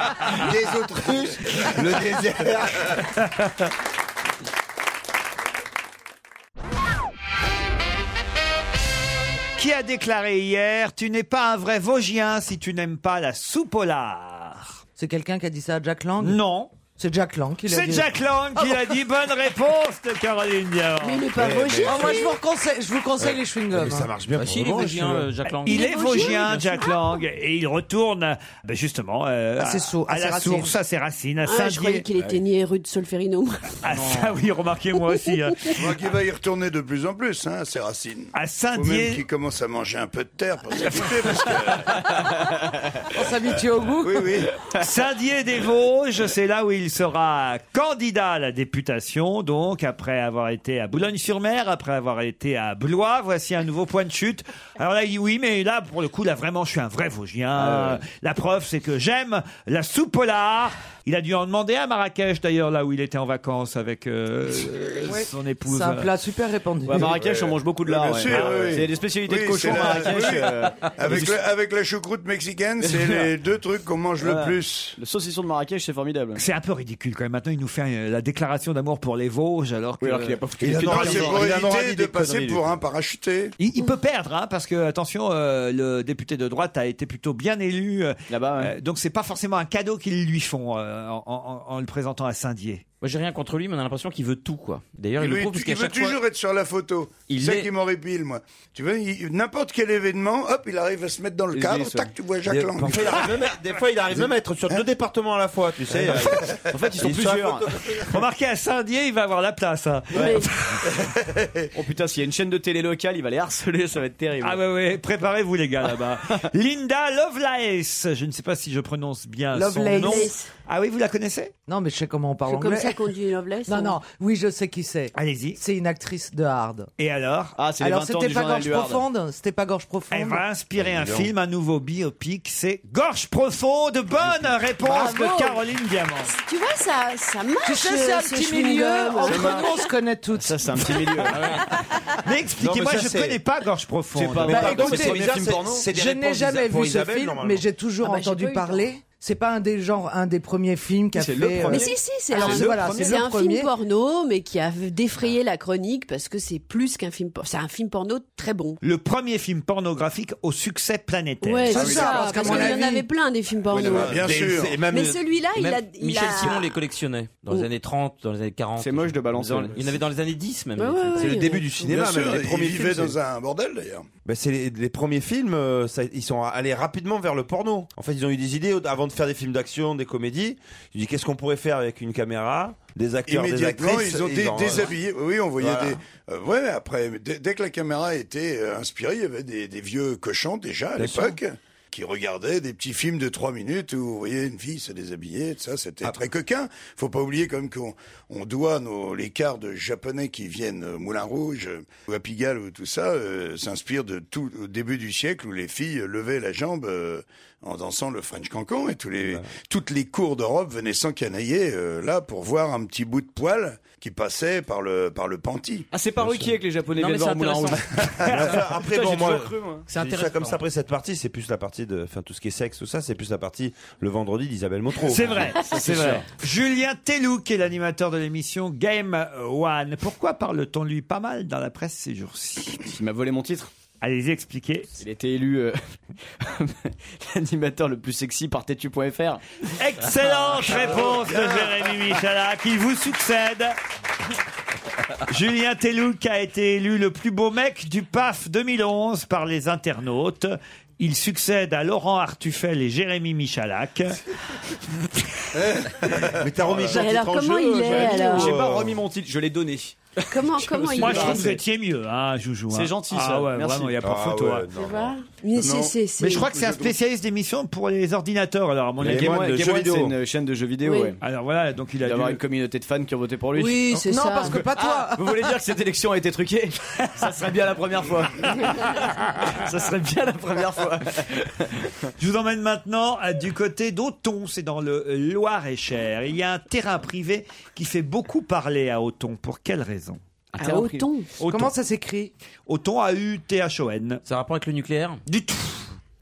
Des autruches, le désert. Qui a déclaré hier Tu n'es pas un vrai Vosgien si tu n'aimes pas la soupe au lard C'est quelqu'un qui a dit ça à Jack Lang Non. C'est Jack Lang qui l'a C'est dit. Ah Jack Lang qui l'a dit. Eh ben, Bonne réponse de Caroline Diamant. Mais il n'est pas Vosgien. Oh, moi, je vous conseille, je vous conseille Euh, les chewing-gums. hein. bien pour si, il est Vosgien, euh, Jack Lang. Il est Vosgien, Jack Lang, et il retourne ben, justement euh, À ses sou- à, à ses [laughs] la racines. source, à ses racines, à Ah, je croyais Saint-Dié. qu'il était né rue de Solferino. Ah ça oui, remarquez moi aussi. hein. Je crois qu'il va y retourner de plus en plus, hein, à ses racines. À Saint-Dié. même qu'il commence à manger un peu de terre pour s'habituer. parce que- On s'habitue au goût. Oui, oui. Saint-Dié des Vosges, c'est là où il sera candidat à la députation, donc après avoir été à Boulogne-sur-Mer, après avoir été à Blois, voici un nouveau point de chute. Alors là, il dit oui, mais là, pour le coup, là, vraiment, je suis un vrai Vosgien. Ah ouais. La preuve, c'est que j'aime la soupe polar. Il a dû en demander à Marrakech, d'ailleurs, là où il était en vacances avec euh, Ouais. son épouse. C'est un plat super répandu. Ouais, à Marrakech, on mange beaucoup de lard, Bien ouais. sûr, Ah, oui. c'est des spécialités de Oui, cochon c'est la- Marrakech, oui. euh, avec, des- la, avec la choucroute [laughs] mexicaine, c'est les deux trucs qu'on mange le Voilà. plus. Le saucisson de Marrakech, c'est formidable. C'est un peu ridicule quand même. Maintenant, il nous fait euh, la déclaration d'amour pour les Vosges alors que. Oui, alors qu'il a pas foutu Il Il a a non, normal- c'est pour il a normal éviter dit de des passer conneries, lui. pour un parachuté. Il, il peut perdre, hein, parce que attention, euh, le député de droite a été plutôt bien élu. euh, Là-bas, donc c'est pas forcément un cadeau qu'ils lui font euh, en, en- en- en le présentant à Saint-Dié. Moi, j'ai rien contre lui, mais on a l'impression qu'il veut tout, quoi. D'ailleurs, il Il, le veut- prouve, il puisqu'à veut chaque fois. toujours être sur la photo. Il C'est ça est- qui m'horripile, moi. Tu vois, il- n'importe quel événement, hop, il arrive à se mettre dans le Il cadre, glisse, ouais. tac, tu vois Jacques Des- Lang. parfois, il arrive même à- des fois, il arrive même à être sur deux départements à la fois, tu [laughs] sais. En fait, ils sont Ils sont à plusieurs. côté. Remarquez, à Saint-Dié, il va avoir la place. hein. [laughs] oh putain, s'il y a une chaîne de télé locale, il va les harceler, ça va être terrible. Ah ouais, ouais, préparez-vous les gars là-bas. Linda Lovelace, je ne sais pas si je prononce bien Lovelace. son nom. Ah oui, vous la connaissez Non, mais je sais comment on parle C'est anglais. comme ça qu'on dit [laughs] Loveless. Non, hein. non, oui, je sais qui c'est. Allez-y. Ah, C'est une actrice de Hard. Et alors Alors, c'était pas gorge profonde C'était pas gorge profonde Elle va inspirer un film, un nouveau biopic, c'est Gorge Profonde. Bonne réponse Bravo. de Caroline Diamant. Tu vois, ça, ça marche. euh, Tu sais, c'est un ce petit chewing-gum. milieu. Entre nous, on se connaît toutes. Ça, c'est un [laughs] petit milieu. Mais expliquez-moi, Non, mais ça, je c'est- connais pas Gorge Profonde. C'est pas- Mais Bah, pardon, écoutez, c'est le premier bizarre, film c'est- porno. c'est des Je n'ai réponses jamais pour vu ce Isabelle, film, normalement. mais j'ai toujours Ah bah, j'ai entendu pas eu le parler. C'est pas un des genres, un des premiers films qu'a fait. C'est le euh, premier. Mais si, si, c'est Alors, un, c'est- voilà, c'est c'est le un premier. film porno, mais qui a défrayé la chronique parce que c'est plus qu'un film porno. C'est un film porno très bon. Le premier film pornographique au succès planétaire. Ouais, Ah c'est oui, ça, d'accord, parce parce, qu'à mon qu'il y en avis- avait plein des films porno. Bien sûr. Et même- mais celui-là, il Même a. il Michel a- Simon les collectionnait dans les Oh. années 30, dans les années 40. C'est moche de balancer. Dans- Il y en avait dans les années 10 même. Ouais, des ouais, trucs. ouais. C'est le début du cinéma, Bien même. sûr, les il premiers vivait films, c'est- dans un bordel d'ailleurs. Bah, c'est les, les premiers films, euh, ça- ils sont allés rapidement vers le porno. En fait, ils ont eu des idées au- avant de faire des films d'action, des comédies. Ils ont dit qu'est-ce qu'on pourrait faire avec une caméra, des acteurs, des Immédiatement, actrices. ils ont et dé- en- déshabillé. Oui, on voyait Voilà. des. euh, ouais, après, dès, dès que la caméra était euh, inspirée, il y avait des, des vieux cochons déjà à Bien sûr. l'époque qui regardaient des petits films de trois minutes où vous voyez une fille se déshabiller, tout ça, c'était très coquin. Faut pas oublier quand même qu'on on doit nos, les quarts de japonais qui viennent au Moulin Rouge euh, ou à Pigalle ou tout ça euh, s'inspirent de tout au début du siècle où les filles levaient la jambe euh, en dansant le French Cancan et tous les toutes les cours d'Europe venaient s'encanailler euh, là pour voir un petit bout de poil qui passait par le par le panty. Ah, c'est par Ruquier que les Japonais Non, mais viennent c'est voir au Moulin Rouge. intéressant. [laughs] Mais enfin, après, Putain, bon, j'ai moi, toujours cru, moi. C'est je dis ça intéressant. comme ça après cette partie, c'est plus la partie de, enfin, tout ce qui est sexe, tout ça, c'est plus la partie le vendredi d'Isabelle Motro. C'est vrai, Ça, c'est sûr. vrai. Julien Tellou, qui est l'animateur de l'émission Game One. Pourquoi parle-t-on de lui pas mal dans la presse ces jours-ci Il m'a volé mon titre. Allez-y, expliquez. Il a été élu euh, [laughs] l'animateur le plus sexy par tetu.fr. Excellente réponse de Jérémy Michala, qui vous succède. Julien Tellou, qui a été élu le plus beau mec du PAF 2011 par les internautes. Il succède à Laurent Artufel et Jérémy [laughs] Michalak. Mais t'as remis ton alors, titre en comment jeu, Ah il est, Jérémy, alors ou, J'ai euh, pas remis mon titre, je l'ai donné. Comment, comment il Moi, je est trouve que vous étiez mieux, hein, Joujou. C'est hein. gentil, Ah ça. ouais, Merci. Vraiment, il n'y a pas Ah photo. ouais, hein. Tu vois Mais c'est- c'est- c'est- Mais je crois que c'est un spécialiste d'émission pour les ordinateurs, alors à mon Game avis. One, Game One, c'est [laughs] une chaîne de jeux vidéo. Oui. Ouais. Alors voilà, donc il a dû avoir dû- une communauté de fans qui ont voté pour lui. Oui, c'est non, ça. parce que pas toi. vous voulez dire que cette élection a été [laughs] truquée Ça serait bien la première fois. [laughs] Ça serait bien la première fois. Je vous emmène maintenant euh, du côté d'Auton, c'est dans le euh, Loir-et-Cher. Il y a un terrain privé qui fait beaucoup parler à Auton. Pour quelle raison À terrain privé. Auton Comment ça s'écrit Auton, A-U-T-H-O-N. Ça a rapport avec le nucléaire Du tout.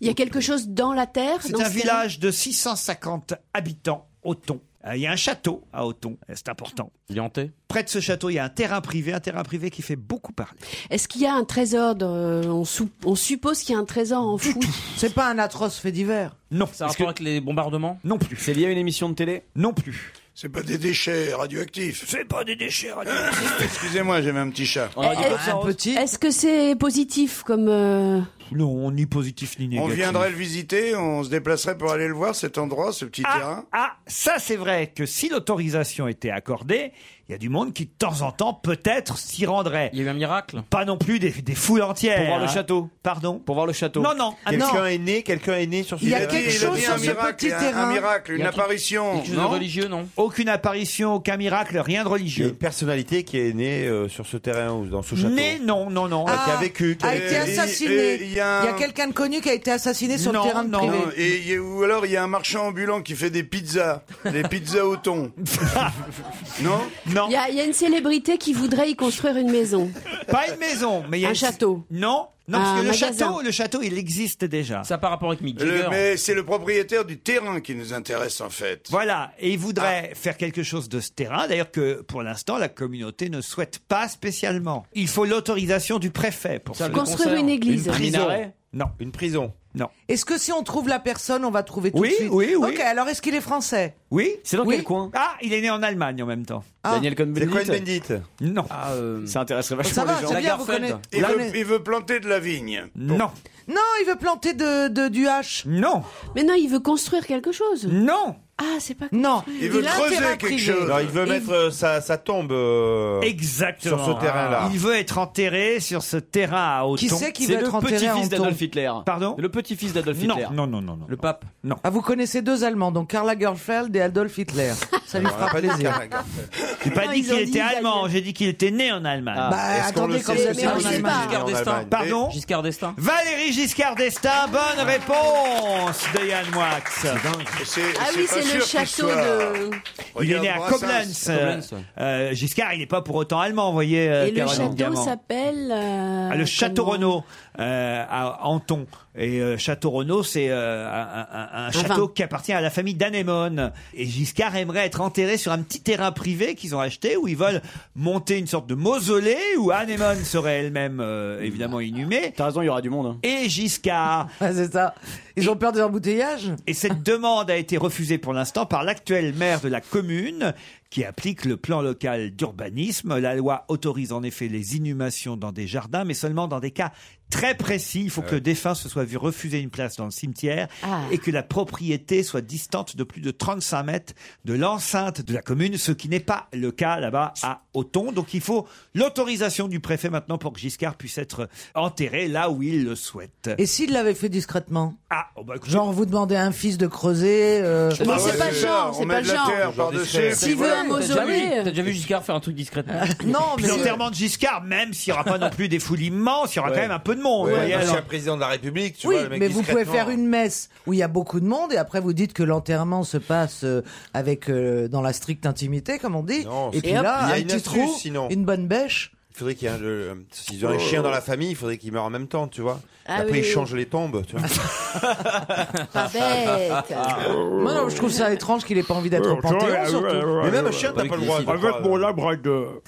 Il y a quelque chose dans la Ah, terre C'est dans un ce terrain village de 650 habitants, Auton. Euh, Il y a un château à Auton, c'est important. Il est hanté Près de ce château, il y a un terrain privé, un terrain privé qui fait beaucoup parler. Est-ce qu'il y a un trésor de- on, sou- on suppose qu'il y a un trésor enfoui. C'est pas un atroce fait divers. Non. Ça a rapport avec les bombardements Non plus. C'est lié à une émission de télé Non plus. C'est pas des déchets radioactifs. C'est pas des déchets radioactifs. [laughs] Excusez-moi, j'avais un petit chat. Est-ce Eh, est-ce que hein, c'est positif comme euh, Non, ni positif ni On négatif. viendrait le visiter, on se déplacerait pour aller le voir, cet endroit, ce petit terrain. Ah, ça c'est vrai que si l'autorisation était accordée, il y a du monde qui de temps en temps peut-être s'y rendrait. Il y a eu un miracle Pas non plus des, des foules entières. Pour voir le hein. château. Pardon Pour voir le château. Non, non. Ah, non. Quelqu'un est né, quelqu'un est né sur ce Il y a terrain. quelque Il a dit un miracle, il y a un- un miracle, Il y une a un truc- apparition. quelque chose de non religieux, non Aucune apparition, aucun miracle, rien de Il y a une religieux. personnalité qui est née euh, sur ce terrain ou dans ce château. Mais non, non, non. Ah, qui a vécu, qui A été assassiné. Il y a, quelqu'un de connu qui a été assassiné sur Non, le terrain de non, privé. non. Et, il y a- ou alors il y a un marchand ambulant qui fait des pizzas, des pizzas au thon. non Non. Il y, a- il y a une célébrité qui voudrait y construire une maison. Pas une maison, mais il y a Un une- château. Non, non, Un parce que le magasin. château, le château, il existe déjà. Ça par rapport avec Mick Le- Jagger. Mais c'est le propriétaire du terrain qui nous intéresse en fait. Voilà, et il voudrait faire quelque chose de ce terrain, d'ailleurs que pour l'instant la communauté ne souhaite pas spécialement. Il faut l'autorisation du préfet pour Ça, cela. le Construire concert. une église. Une Un prison. minaret Non. Une prison. Non. Est-ce que si on trouve la personne, on va trouver tout Oui, de suite oui, oui. Ok, alors est-ce qu'il est français Oui C'est dans Oui. quel coin Ah, il est né en Allemagne en même temps. Ah. Oh, Daniel C'est quoi une Cohn-Bendit bendite Non. Ça intéresserait vachement Ça va, les gens. c'est bien, vous Lagerfeld. connaissez- Il, Là, veut, mais- il veut planter de la vigne. Non. Non, il veut planter de, de- du H. Non. Mais non, il veut construire quelque chose. Non. Ah, c'est pas. Non. Il veut a un creuser terrain quelque privé. chose. Non, il veut Et mettre euh, sa, sa tombe euh, Exactement. sur ce terrain-là. Il veut être enterré sur ce terrain à Auton. Qui c'est qui veut C'est être le enterré en petit-fils d'Adolf tombe Hitler. Pardon Le petit-fils d'Adolf non, Hitler. non, non, non, non. Le pape Ah, vous connaissez deux Allemands, donc Karl Lagerfeld et Adolf Hitler. Ça lui On n'a fera pas dit plaisir. Karl Lagerfeld. J'ai pas Non, dit ils ont qu'il dit était Daniel. allemand, j'ai dit qu'il était né en Allemagne. Ah. Bah, Est-ce qu'on attendez, le quand sait, vous êtes si mais on c'est sait possible pas. en Giscard d'Estaing. Allemagne Pardon Giscard d'Estaing Valérie Giscard d'Estaing, bonne réponse de Yann Wax. Et c'est- Ah c'est oui, pas c'est sûr le qu'il château soit- de. Il est Regarde né à Brassens. Koblenz. Koblenz, ouais. Euh, Giscard, il n'est pas pour autant allemand, vous voyez. euh, Et le Caroline château Diamant. s'appelle. euh, Ah, le château comment Renaud euh, à Anton. Et euh, château Renaud, c'est euh, un, un- un château vin. qui appartient à la famille d'Anémone. Et Giscard aimerait être enterré sur un petit terrain privé qu'ils ont acheté où ils veulent monter une sorte de mausolée où Anémone serait elle-même euh, évidemment inhumée. T'as raison, il y aura du monde. hein. Et Giscard. [laughs] Ouais, c'est ça. Ils ont peur des embouteillages Et cette demande a été refusée pour l'instant par l'actuel maire de la commune qui applique le plan local d'urbanisme. La loi autorise en effet les inhumations dans des jardins, mais seulement dans des cas très précis. Il faut que le défunt se soit vu refuser une place dans le cimetière Ah. et que la propriété soit distante de plus de 35 mètres de l'enceinte de la commune, ce qui n'est pas le cas là-bas à Auton. Donc il faut l'autorisation du préfet maintenant pour que Giscard puisse être enterré là où il le souhaite. Et s'il l'avait fait discrètement Ah, oh bah, écoutez, Genre, vous demandez à un fils de creuser. euh, Mais Ah c'est ouais, pas le genre, ça, c'est on pas met le de la genre. terre par-dessus. S'il veut un T'as déjà, vu, mausolée. Ah. t'as déjà vu Giscard faire un truc discrètement Non, Puis mais. l'enterrement de Giscard, même s'il n'y aura pas non plus des foules immenses, il y aura quand même un peu de monde. Ouais, vous voyez, parce qu'il y a alors. un président de la République, tu oui, vois, le mec mais vous pouvez discrètement. faire une messe où il y a beaucoup de monde et après vous dites que l'enterrement se passe euh, avec euh, dans la stricte intimité, comme on dit. Non, et c'est- puis Et hop. là, Il y a un une petit astuce, trou, sinon. une bonne bêche. Il faudrait qu'il y ait un, le- s'ils ont un chien dans la famille, il faudrait qu'il meure en même temps, tu vois. Et Ah après, oui, ils oui. changent les tombes, [laughs] tu vois. Pas bête. [laughs] Moi, non, je trouve ça étrange qu'il ait pas envie Euh, d'être au Panthéon, surtout. Mais même un chien, t'as Avec pas le les droit. cibles. Avec mon labre.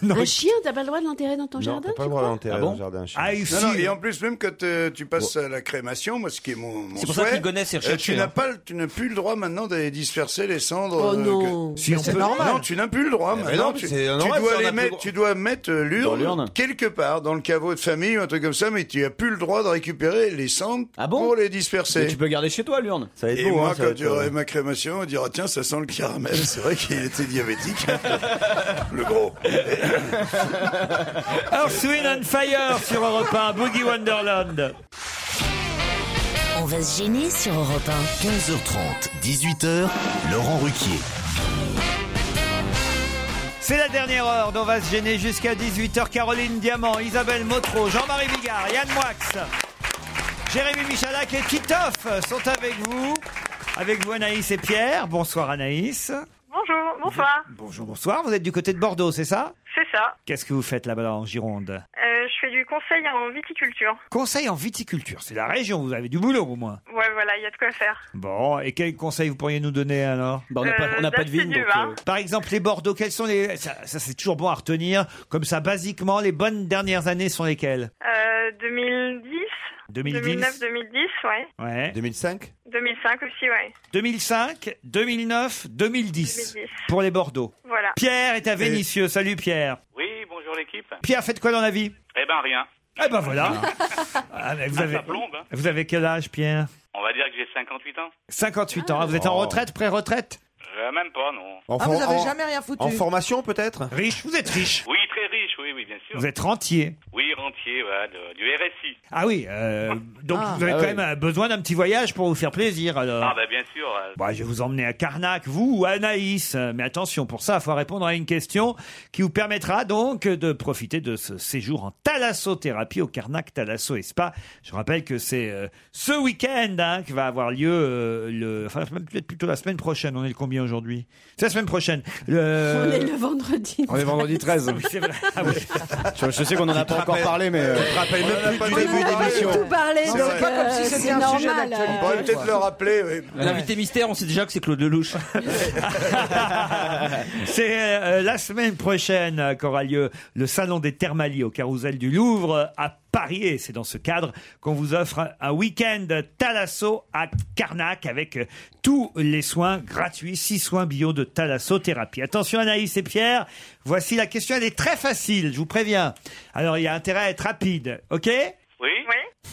Un chien, t'as pas le droit de l'enterrer dans ton Non, jardin t'as tu pas le droit crois d'enterrer Ah dans bon le jardin un chien. Ah, il Non, non, file. et en plus, même quand euh, tu passes à la crémation, moi, ce qui est mon, mon C'est pour ça souhait, que Ligonnès s'est euh, recherché, tu n'as hein. pas, le- tu n'as plus le droit maintenant d'aller disperser les cendres. Oh euh, non. que- Si, on Eh Non, tu n'as plus le droit Ah, mais Eh ben non, maintenant. tu, c'est tu normal, ça, dois on les a plus le mettre, droit. tu dois mettre euh, l'urne cendres Quelque part, dans le caveau de famille ou un truc comme ça, mais tu as plus le droit de récupérer les cendres Ah pour les disperser. Mais tu peux garder chez toi l'urne. hein, Ça Et hein, moi, quand euh, j'aurai ma crémation, on dira tiens, ça sent le caramel. C'est vrai qu'il était diabétique. le [laughs] gros. Earthwind and Fire sur Europe 1, Boogie Wonderland. On va se gêner sur Europe 1. 15h30, 18h, Laurent Ruquier. C'est la dernière heure dont on va se gêner jusqu'à 18h. Caroline Diamant, Isabelle Motro, Jean-Marie Bigard, Yann Moix, Jérémy Michalak et Titoff sont avec vous. Avec vous Anaïs et Pierre. Bonsoir Anaïs. Bonjour, bonsoir. Bonjour, bonsoir. Vous êtes du côté de Bordeaux, c'est ça C'est ça. Qu'est-ce que vous faites là-bas en Gironde Euh, je fais du conseil en viticulture. Conseil en viticulture, c'est la région, vous avez du boulot au moins. Ouais, voilà, il y a de quoi faire. Bon, et quel conseil vous pourriez nous donner alors on n'a pas- on n'a Euh, pas de vigne, d'acheter du donc, vin. euh. Par exemple, les Bordeaux, quels sont les. Ça, ça, c'est toujours bon à retenir. Comme ça, basiquement, les bonnes dernières années sont lesquelles Euh, 2010 2010. 2009, 2010, ouais. Ouais. 2005 2005 aussi, ouais. 2005, 2009, 2010. 2010. Pour les Bordeaux. Voilà. Pierre est à Vénissieux. Salut Pierre. Oui, bonjour l'équipe. Pierre, faites quoi dans la vie Eh ben rien. Eh ben voilà. [laughs] Ah, mais vous, Ah, avez, ça plombe, hein. vous avez quel âge, Pierre On va dire que j'ai 58 ans. 58 ans. Ah, vous êtes en Oh. retraite, pré-retraite Euh, même pas, non. Ah, En for- en- En formation peut-être Riche, vous êtes riche. Oui, très riche, oui, oui, bien sûr. Vous êtes rentier. Oui, rentier, ouais, de- du RSI. Ah oui, [laughs] euh, donc Ah. vous avez Ah quand oui. même euh, besoin d'un petit voyage pour vous faire plaisir. Alors. Ah, bah bien sûr. euh, Bah, je vais vous emmener à Carnac, vous ou Anaïs. Euh, Mais attention, pour ça, il faut répondre à une question qui vous permettra donc de profiter de ce séjour en thalassothérapie au Carnac Thalasso et Spa. Je rappelle que c'est euh, ce week-end hein, que va avoir lieu euh, le, enfin même peut-être plutôt la semaine prochaine. On est le combien aujourd'hui C'est la semaine prochaine. Le- On est le vendredi. Euh, On [laughs] est vendredi 13. Oui, c'est vrai. Ah oui. [laughs] Je, je sais qu'on en a pas encore parlé, mais. euh, Tu te Ah, rappelles même plus du début d'émission. tout parlé, C'est donc, vrai. euh, c'est normal. euh, On pourrait peut-être le rappeler. oui. L'invité mystère, on sait déjà que c'est Claude [laughs] Lelouch. [laughs] C'est euh, la semaine prochaine euh, qu'aura lieu le Salon des Thermaliers au Carousel du Louvre euh, à Paris. Et c'est dans ce cadre qu'on vous offre un- un week-end Thalasso à Carnac avec euh, tous les soins gratuits, six soins bio de thalassothérapie. Attention Anaïs et Pierre, voici la question, elle est très facile, je vous préviens. Alors il y a intérêt à être rapide, ok Oui.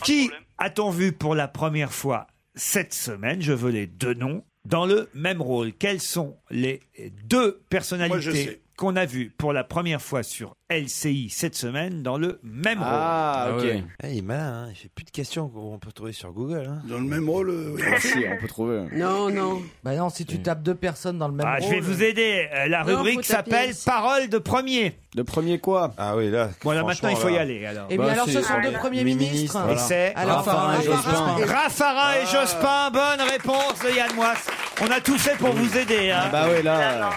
Qui a-t-on vu pour la première fois cette semaine Je veux les deux noms dans le même rôle. Quelles sont les deux Moi, je sais. personnalités qu'on a vues pour la première fois sur LCI cette semaine dans le même Ah, rôle ok. il est malin, hein. il fait plus de questions qu'on peut trouver sur Google. hein. Dans le même rôle euh, peut hein. trouver. Non, non. Bah non, si tu tapes deux personnes dans le même Ah, je vais rôle- Oh vous aider. Euh, La Non, rubrique faut taper s'appelle ici. Parole de premier. Le premier quoi Ah oui, là. Voilà, franchement, maintenant il faut y là. aller. Alors. Bah, Eh bien, alors, ce sont deux premiers ministres. Et c'est Alors, Raffarin et Jospin. Raffarin et Jospin, bonne réponse de Yann Moix. On a tout fait pour vous aider. hein. Ah bah oui, là.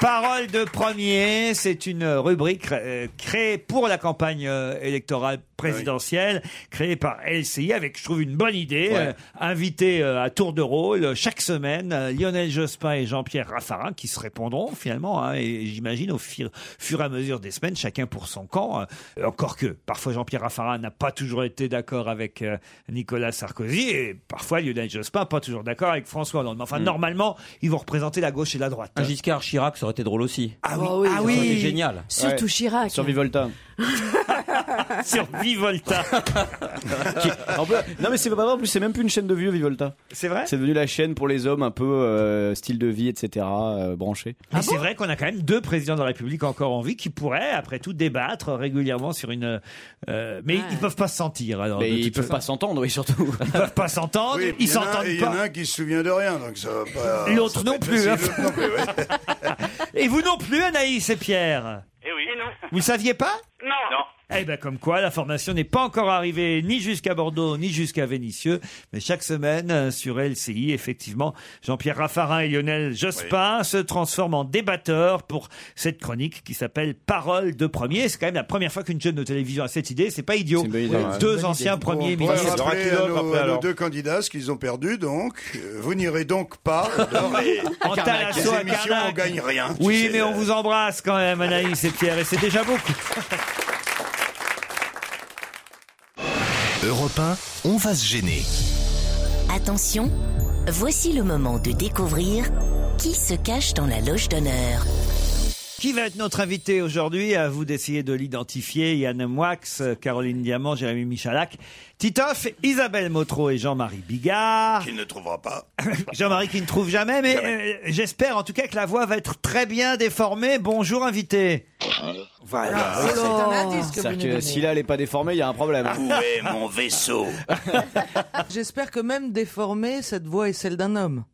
Parole de premier, c'est une rubrique euh, créée pour la campagne euh, électorale présidentielle, créée par LCI avec, je trouve, une bonne idée. Ouais. euh, inviter euh, à tour de rôle euh, chaque semaine euh, Lionel Jospin et Jean-Pierre Raffarin qui se répondront finalement, hein, et j'imagine au fur, fur et à mesure des semaines, chacun pour son camp. euh, encore que parfois Jean-Pierre Raffarin n'a pas toujours été d'accord avec euh, Nicolas Sarkozy et parfois Lionel Jospin pas toujours d'accord avec François Hollande. Mais enfin, Mm. Ah, normalement, ils vont représenter la gauche et la droite. Un Giscard Chirac, ça aurait été drôle aussi. Ah oui, ça ah aurait oui. été génial. Surtout Chirac. Sur Vivolta. hein, [laughs] Sur Vivolta. Qui- [laughs] en plus- non mais c'est pas vrai, en plus c'est même plus une chaîne de vieux Vivolta. C'est vrai C'est devenu la chaîne pour les hommes un peu euh, style de vie, etc. euh, branché. Mais c'est vrai qu'on a quand même deux présidents de la République encore en vie qui pourraient, après tout, débattre régulièrement sur une. euh, mais ils peuvent pas se sentir. Alors, Mais de ils toute peuvent façon. pas s'entendre, oui surtout. Ils peuvent pas s'entendre. Oui, et puis ils il y en a- et s'entendent Il y en a pas. un qui se souvient de rien, donc ça va pas. L'autre ça va non pas plus, être hein. facile, l'autre non plus, ouais. [laughs] Et vous non plus, Anaïs et Pierre. Eh oui. Vous le saviez pas Non. Eh ben comme quoi, la formation n'est pas encore arrivée ni jusqu'à Bordeaux, ni jusqu'à Vénissieux. Mais chaque semaine, euh, sur LCI, effectivement, Jean-Pierre Raffarin et Lionel Jospin se transforment en débatteurs pour cette chronique qui s'appelle Parole de premier. C'est quand même la première fois qu'une chaîne de télévision a cette idée. C'est pas idiot. idée, ouais. Deux Bonne idée. anciens premiers On pourrait ministres. rappeler euh, à nos, à nos deux candidats ce qu'ils ont perdu, donc euh, vous n'irez donc pas [laughs] dans les, En Talasso, les à émissions, Carnac. on gagne rien. tu Oui, sais, mais euh. on vous embrasse quand même, Anaïs et Pierre, et c'est déjà beaucoup. Europe 1, on va se gêner. Attention, voici le moment de découvrir qui se cache dans la loge d'honneur. Qui va être notre invité aujourd'hui À vous d'essayer de l'identifier. Yann Moix, Caroline Diamant, Jérémy Michalak, Titoff, Isabelle Motro et Jean-Marie Bigard. [laughs] Qu'il ne trouvera pas. Jean-Marie qui ne trouve jamais, mais euh, j'espère en tout cas que la voix va être très bien déformée. Bonjour invité. Voilà. Ah, C'est un indice que vous nous C'est-à-dire que donnez. si là, elle n'est pas déformée, il y a un problème. Où est [laughs] mon vaisseau [laughs] J'espère que même déformée, cette voix est celle d'un homme.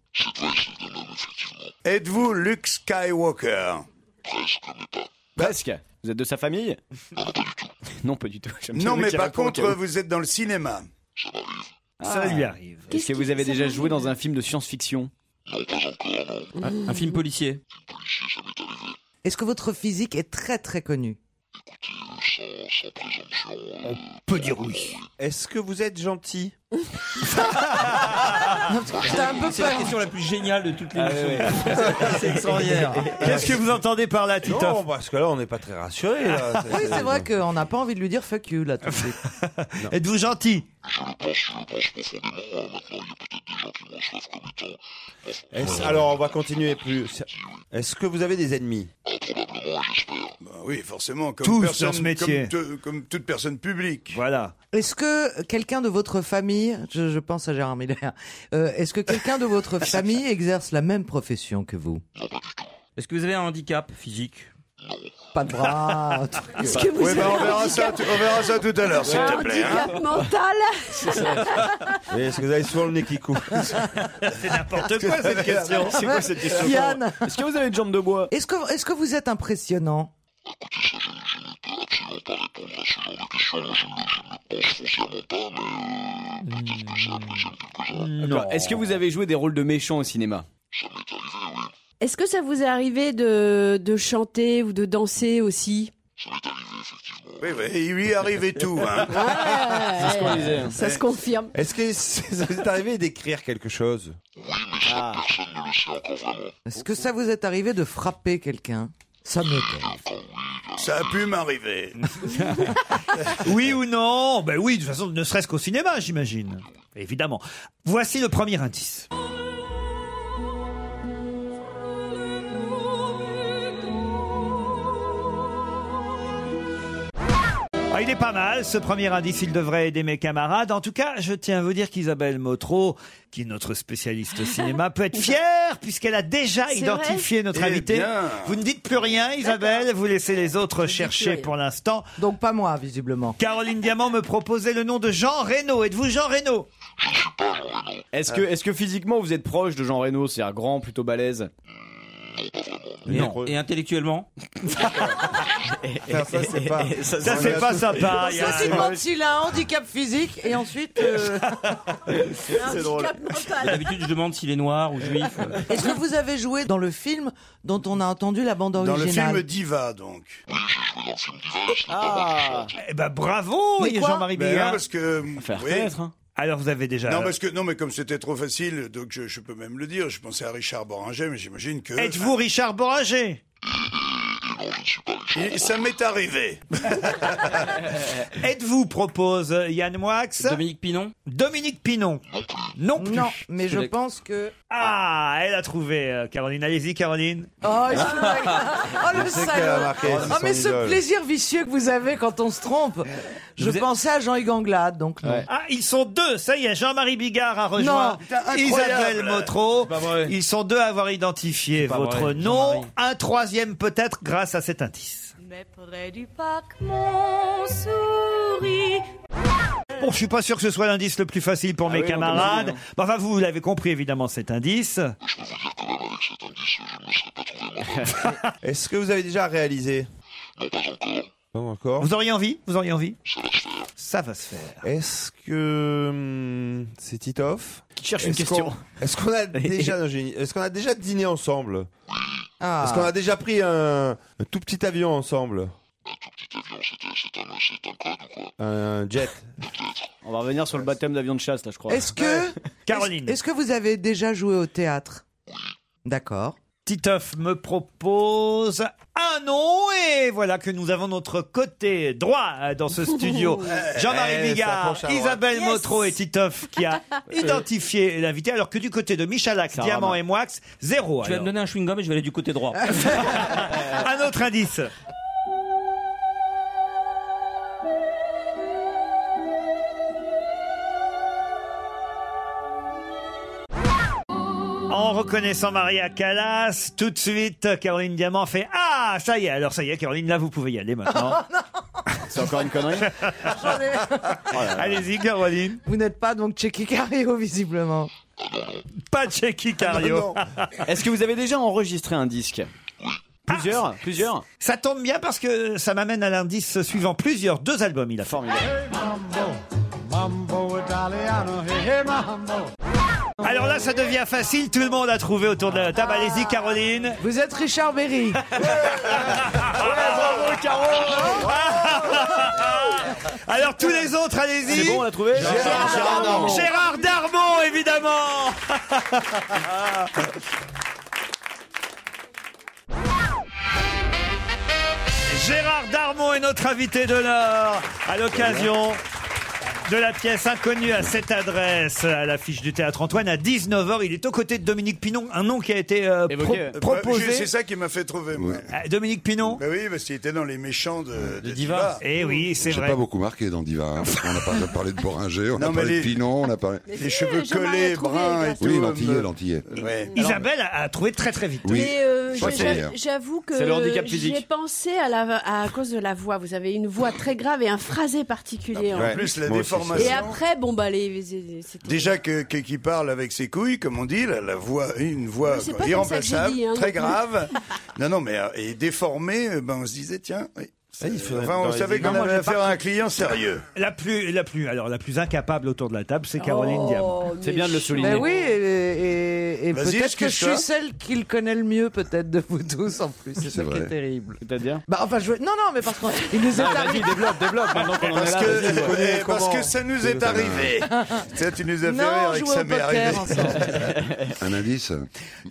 Êtes-vous Luke Skywalker Presque. Vous êtes de sa famille Non, pas du tout. J'aime Non, celui mais qui par répond au contre, cas où. vous êtes dans le cinéma. Ça lui arrive. Est-ce que Ah. Qu'est-ce vous qui- avez ça déjà m'arrive joué dans un film de science-fiction Un, un film policier Est-ce que votre physique est très très connue On peut dire oui. Est-ce [laughs] que vous êtes gentil Ah, C'est la question la plus géniale de toutes les [laughs] C'est extraordinaire. Ah Qu'est-ce que vous entendez par là, Titoff Non, parce que là, on n'est pas très rassuré. [laughs] Oui, c'est vrai qu'on n'a pas envie de lui dire fuck you là tout de suite. Êtes-vous gentil Est-ce- alors, on va continuer plus. Est-ce que vous avez des ennemis Bah oui, forcément, comme, Tous personne, dans ce métier. comme te- comme toute personne publique. Voilà. Est-ce que quelqu'un de votre famille, je, je pense à Gérard Miller, euh, est-ce que quelqu'un de votre famille exerce la même profession que vous Est-ce que vous avez un handicap physique Pas de bras. un truc. [laughs] Est-ce que vous Ouais, bah, avez on, verra un ça, handicap on verra ça tout à l'heure, s'il Un te plaît. hein. Handicap mental. Et Est-ce que vous avez souvent le nez qui coule C'est n'importe quoi, [laughs] cette question C'est quoi cette question Yann Est-ce que vous avez une jambe de bois Est-ce que, est-ce que vous êtes impressionnant euh, D'accord. Est-ce que vous avez joué des rôles de méchants au cinéma Est-ce que ça vous est arrivé de, de chanter ou de danser aussi Oui, oui, il lui est arrivé tout. Hein. C'est ce qu'on disait. Ça se confirme. Est-ce que c'est- ça vous est arrivé d'écrire quelque chose Ah. Est-ce que ça vous est arrivé de frapper quelqu'un Ça me Ça a pu [laughs] m'arriver. [laughs] Oui ou non Ben oui, de toute façon, ne serait-ce qu'au cinéma, j'imagine. Évidemment. Voici le premier indice. Ah, il est pas mal, ce premier indice, il devrait aider mes camarades. En tout cas, je tiens à vous dire qu'Isabelle Motro, qui est notre spécialiste cinéma, peut [laughs] être fière puisqu'elle a déjà C'est identifié vrai notre Eh invité. bien. Vous ne dites plus rien, Isabelle, vous laissez les autres chercher pour l'instant. Donc pas moi, visiblement. Caroline Diamant me proposait le nom de Jean Reno. Êtes-vous Jean Reno Est-ce que, est-ce que physiquement vous êtes proche de Jean Reno C'est-à-dire grand, plutôt balèze Non. Et intellectuellement Ça, ça, c'est pas- [laughs] Ça, ça, c'est pas sympa, Ça, tu demandes s'il a un hein, handicap physique et ensuite. euh, C'est drôle. mental. D'habitude, je demande s'il est noir ou [laughs] juif. Est-ce que vous avez joué dans le film dont on a entendu la bande Dans le originale film Diva, donc. Ah Eh ben bravo, Mais quoi Jean-Marie Ben, Bigard. parce que- euh, Faire oui. connaître, hein. Alors vous avez déjà. Non, parce que, non, mais comme c'était trop facile, donc je, je peux même le dire. Je pensais à Richard Boringer, mais j'imagine que. Euh, Êtes-vous Richard Boringer Il- Ça m'est [laughs] arrivé. Êtes-vous propose euh, Yann Moix Dominique Pinon Dominique Pinon. Non plus. Non, mais je pense que. Ah, elle a trouvé euh, Caroline. Allez-y, Caroline. [laughs] Oh, il se [laughs] blague. Oh, le Je sais qu'elle a salaud marqué, c'est Oh, mais son ce idole. plaisir vicieux que vous avez quand on se trompe Je pensais à Jean-Yves Anglade, donc non. Ah, ils sont deux. Ça y est, Jean-Marie Bigard a rejoint Non, putain, incroyable. Isabelle Motro. Ils sont deux à avoir identifié pas votre vrai, nom. Un troisième peut-être grâce à cet indice. Mais près du parc, mon souris. Bon, je suis pas sûr que ce soit l'indice le plus facile Ah pour mes oui, on camarades. connaît, hein. Bah, enfin, vous, vous l'avez compris évidemment cet indice. [laughs] Est-ce que vous avez déjà réalisé Non, pas encore. Vous auriez envie Vous auriez envie Ça va se faire. Est-ce que hum, c'est Titoff Qui cherche Est-ce une question. qu'on- [laughs] Est-ce qu'on a déjà non, j'ai une- Est-ce qu'on a déjà dîné ensemble Ah. Est-ce qu'on a déjà pris un, un tout petit avion ensemble Un jet. On va revenir sur le baptême d'avion de chasse, là, je crois. Est-ce que. Caroline Est-ce que vous avez déjà joué au théâtre D'accord. Titoff me propose un non Et voilà que nous avons notre côté droit euh, [laughs] dans ce studio. Eh, Jean-Marie ça Bigard, penche à droite. Isabelle Yes. Motro et Titoff [laughs] qui a identifié l'invité, alors que du côté de Michalak, Ça Diamant rame. et Moix, zéro. Tu vas me donner un chewing-gum et je vais aller du côté droit. [laughs] un autre indice. En reconnaissant Maria Callas, tout de suite, Caroline Diamant fait Ah, ça y est, alors ça y est, Caroline, là, vous pouvez y [laughs] aller maintenant. C'est encore une connerie [laughs] Allez-y, Caroline. Vous n'êtes pas donc Checky Cario, visiblement. Pas Checky Cario. Est-ce que vous avez déjà enregistré un disque Plusieurs Plusieurs Ah, Ça tombe bien parce que ça m'amène à l'indice suivant. Plusieurs, deux albums, il a formidable. Mambo Italiano, hey, hey, mambo. Alors là, ça devient facile, tout le monde a trouvé autour de la table. Allez-y, Caroline. Vous êtes Richard [laughs] Berry. [laughs] Alors tous les autres, allez-y. C'est bon, on l'a trouvé Gérard Gérard Darmon. Darmon. Gérard Darmon, évidemment. [laughs] Ah, Gérard Darmon est notre invité d'honneur à l'occasion de la pièce inconnue à cette adresse à l'affiche du théâtre Antoine à 19h. Il est aux côtés de Dominique Pinon, un nom qui a été euh, Évoqué. pro- Bah, proposé. j'ai- C'est ça qui m'a fait trouver. moi. Euh, Bah Dominique Pinon Oui, parce qu'il était dans les méchants de, de Diva. Eh oui, c'est J'ai vrai. pas beaucoup marqué dans Diva. hein. On a pas parlé de Boringer, on Non, a mais parlé les- de Pinon, on a parlé. Les cheveux collés, bruns et tout. Oui, euh, l'antillais, [laughs] l'antillais. Isabelle a, a trouvé très très vite. Oui. Mais euh, Je crois j'a- que c'est hier. j'avoue que C'est le handicap physique. j'ai pensé à, la, à cause de la voix. Vous avez une voix très grave et un phrasé particulier. En hein. plus, la Moi aussi, déformation. Et après, bon bah les, c'est- c'est- Déjà que, que- qui parle avec ses couilles, comme on dit, la, la voix, une voix Mais c'est quoi, pas comme ça que j'ai irremplaçable, dit, hein, non très plus. grave. non, non, mais euh, et déformé, euh, ben on se disait tiens, oui. faudrait- enfin, on dans les savait églises. qu'on avait Moi, j'ai affaire pas- à un [laughs] client sérieux. La plus, la plus, alors la plus incapable autour de la table, c'est Caroline Oh, Diamant. mais je- Bah Ben oui, et, et- et Vas-y, peut-être que je excuse-toi. suis celle qu'il connaît le mieux, peut-être, de vous tous, en plus. C'est ça qui est terrible. C'est-à-dire Bah, enfin, je... Non, non, mais parce qu'il nous est Ah, arrivé... vas-y, développe, développe, maintenant qu'on en est Parce là, que, vas-y, on connaît eh, parce comment. que ça nous C'est est le arrivé. tu sais, tu nous as fait rire avec ça m'est arrivé. Un indice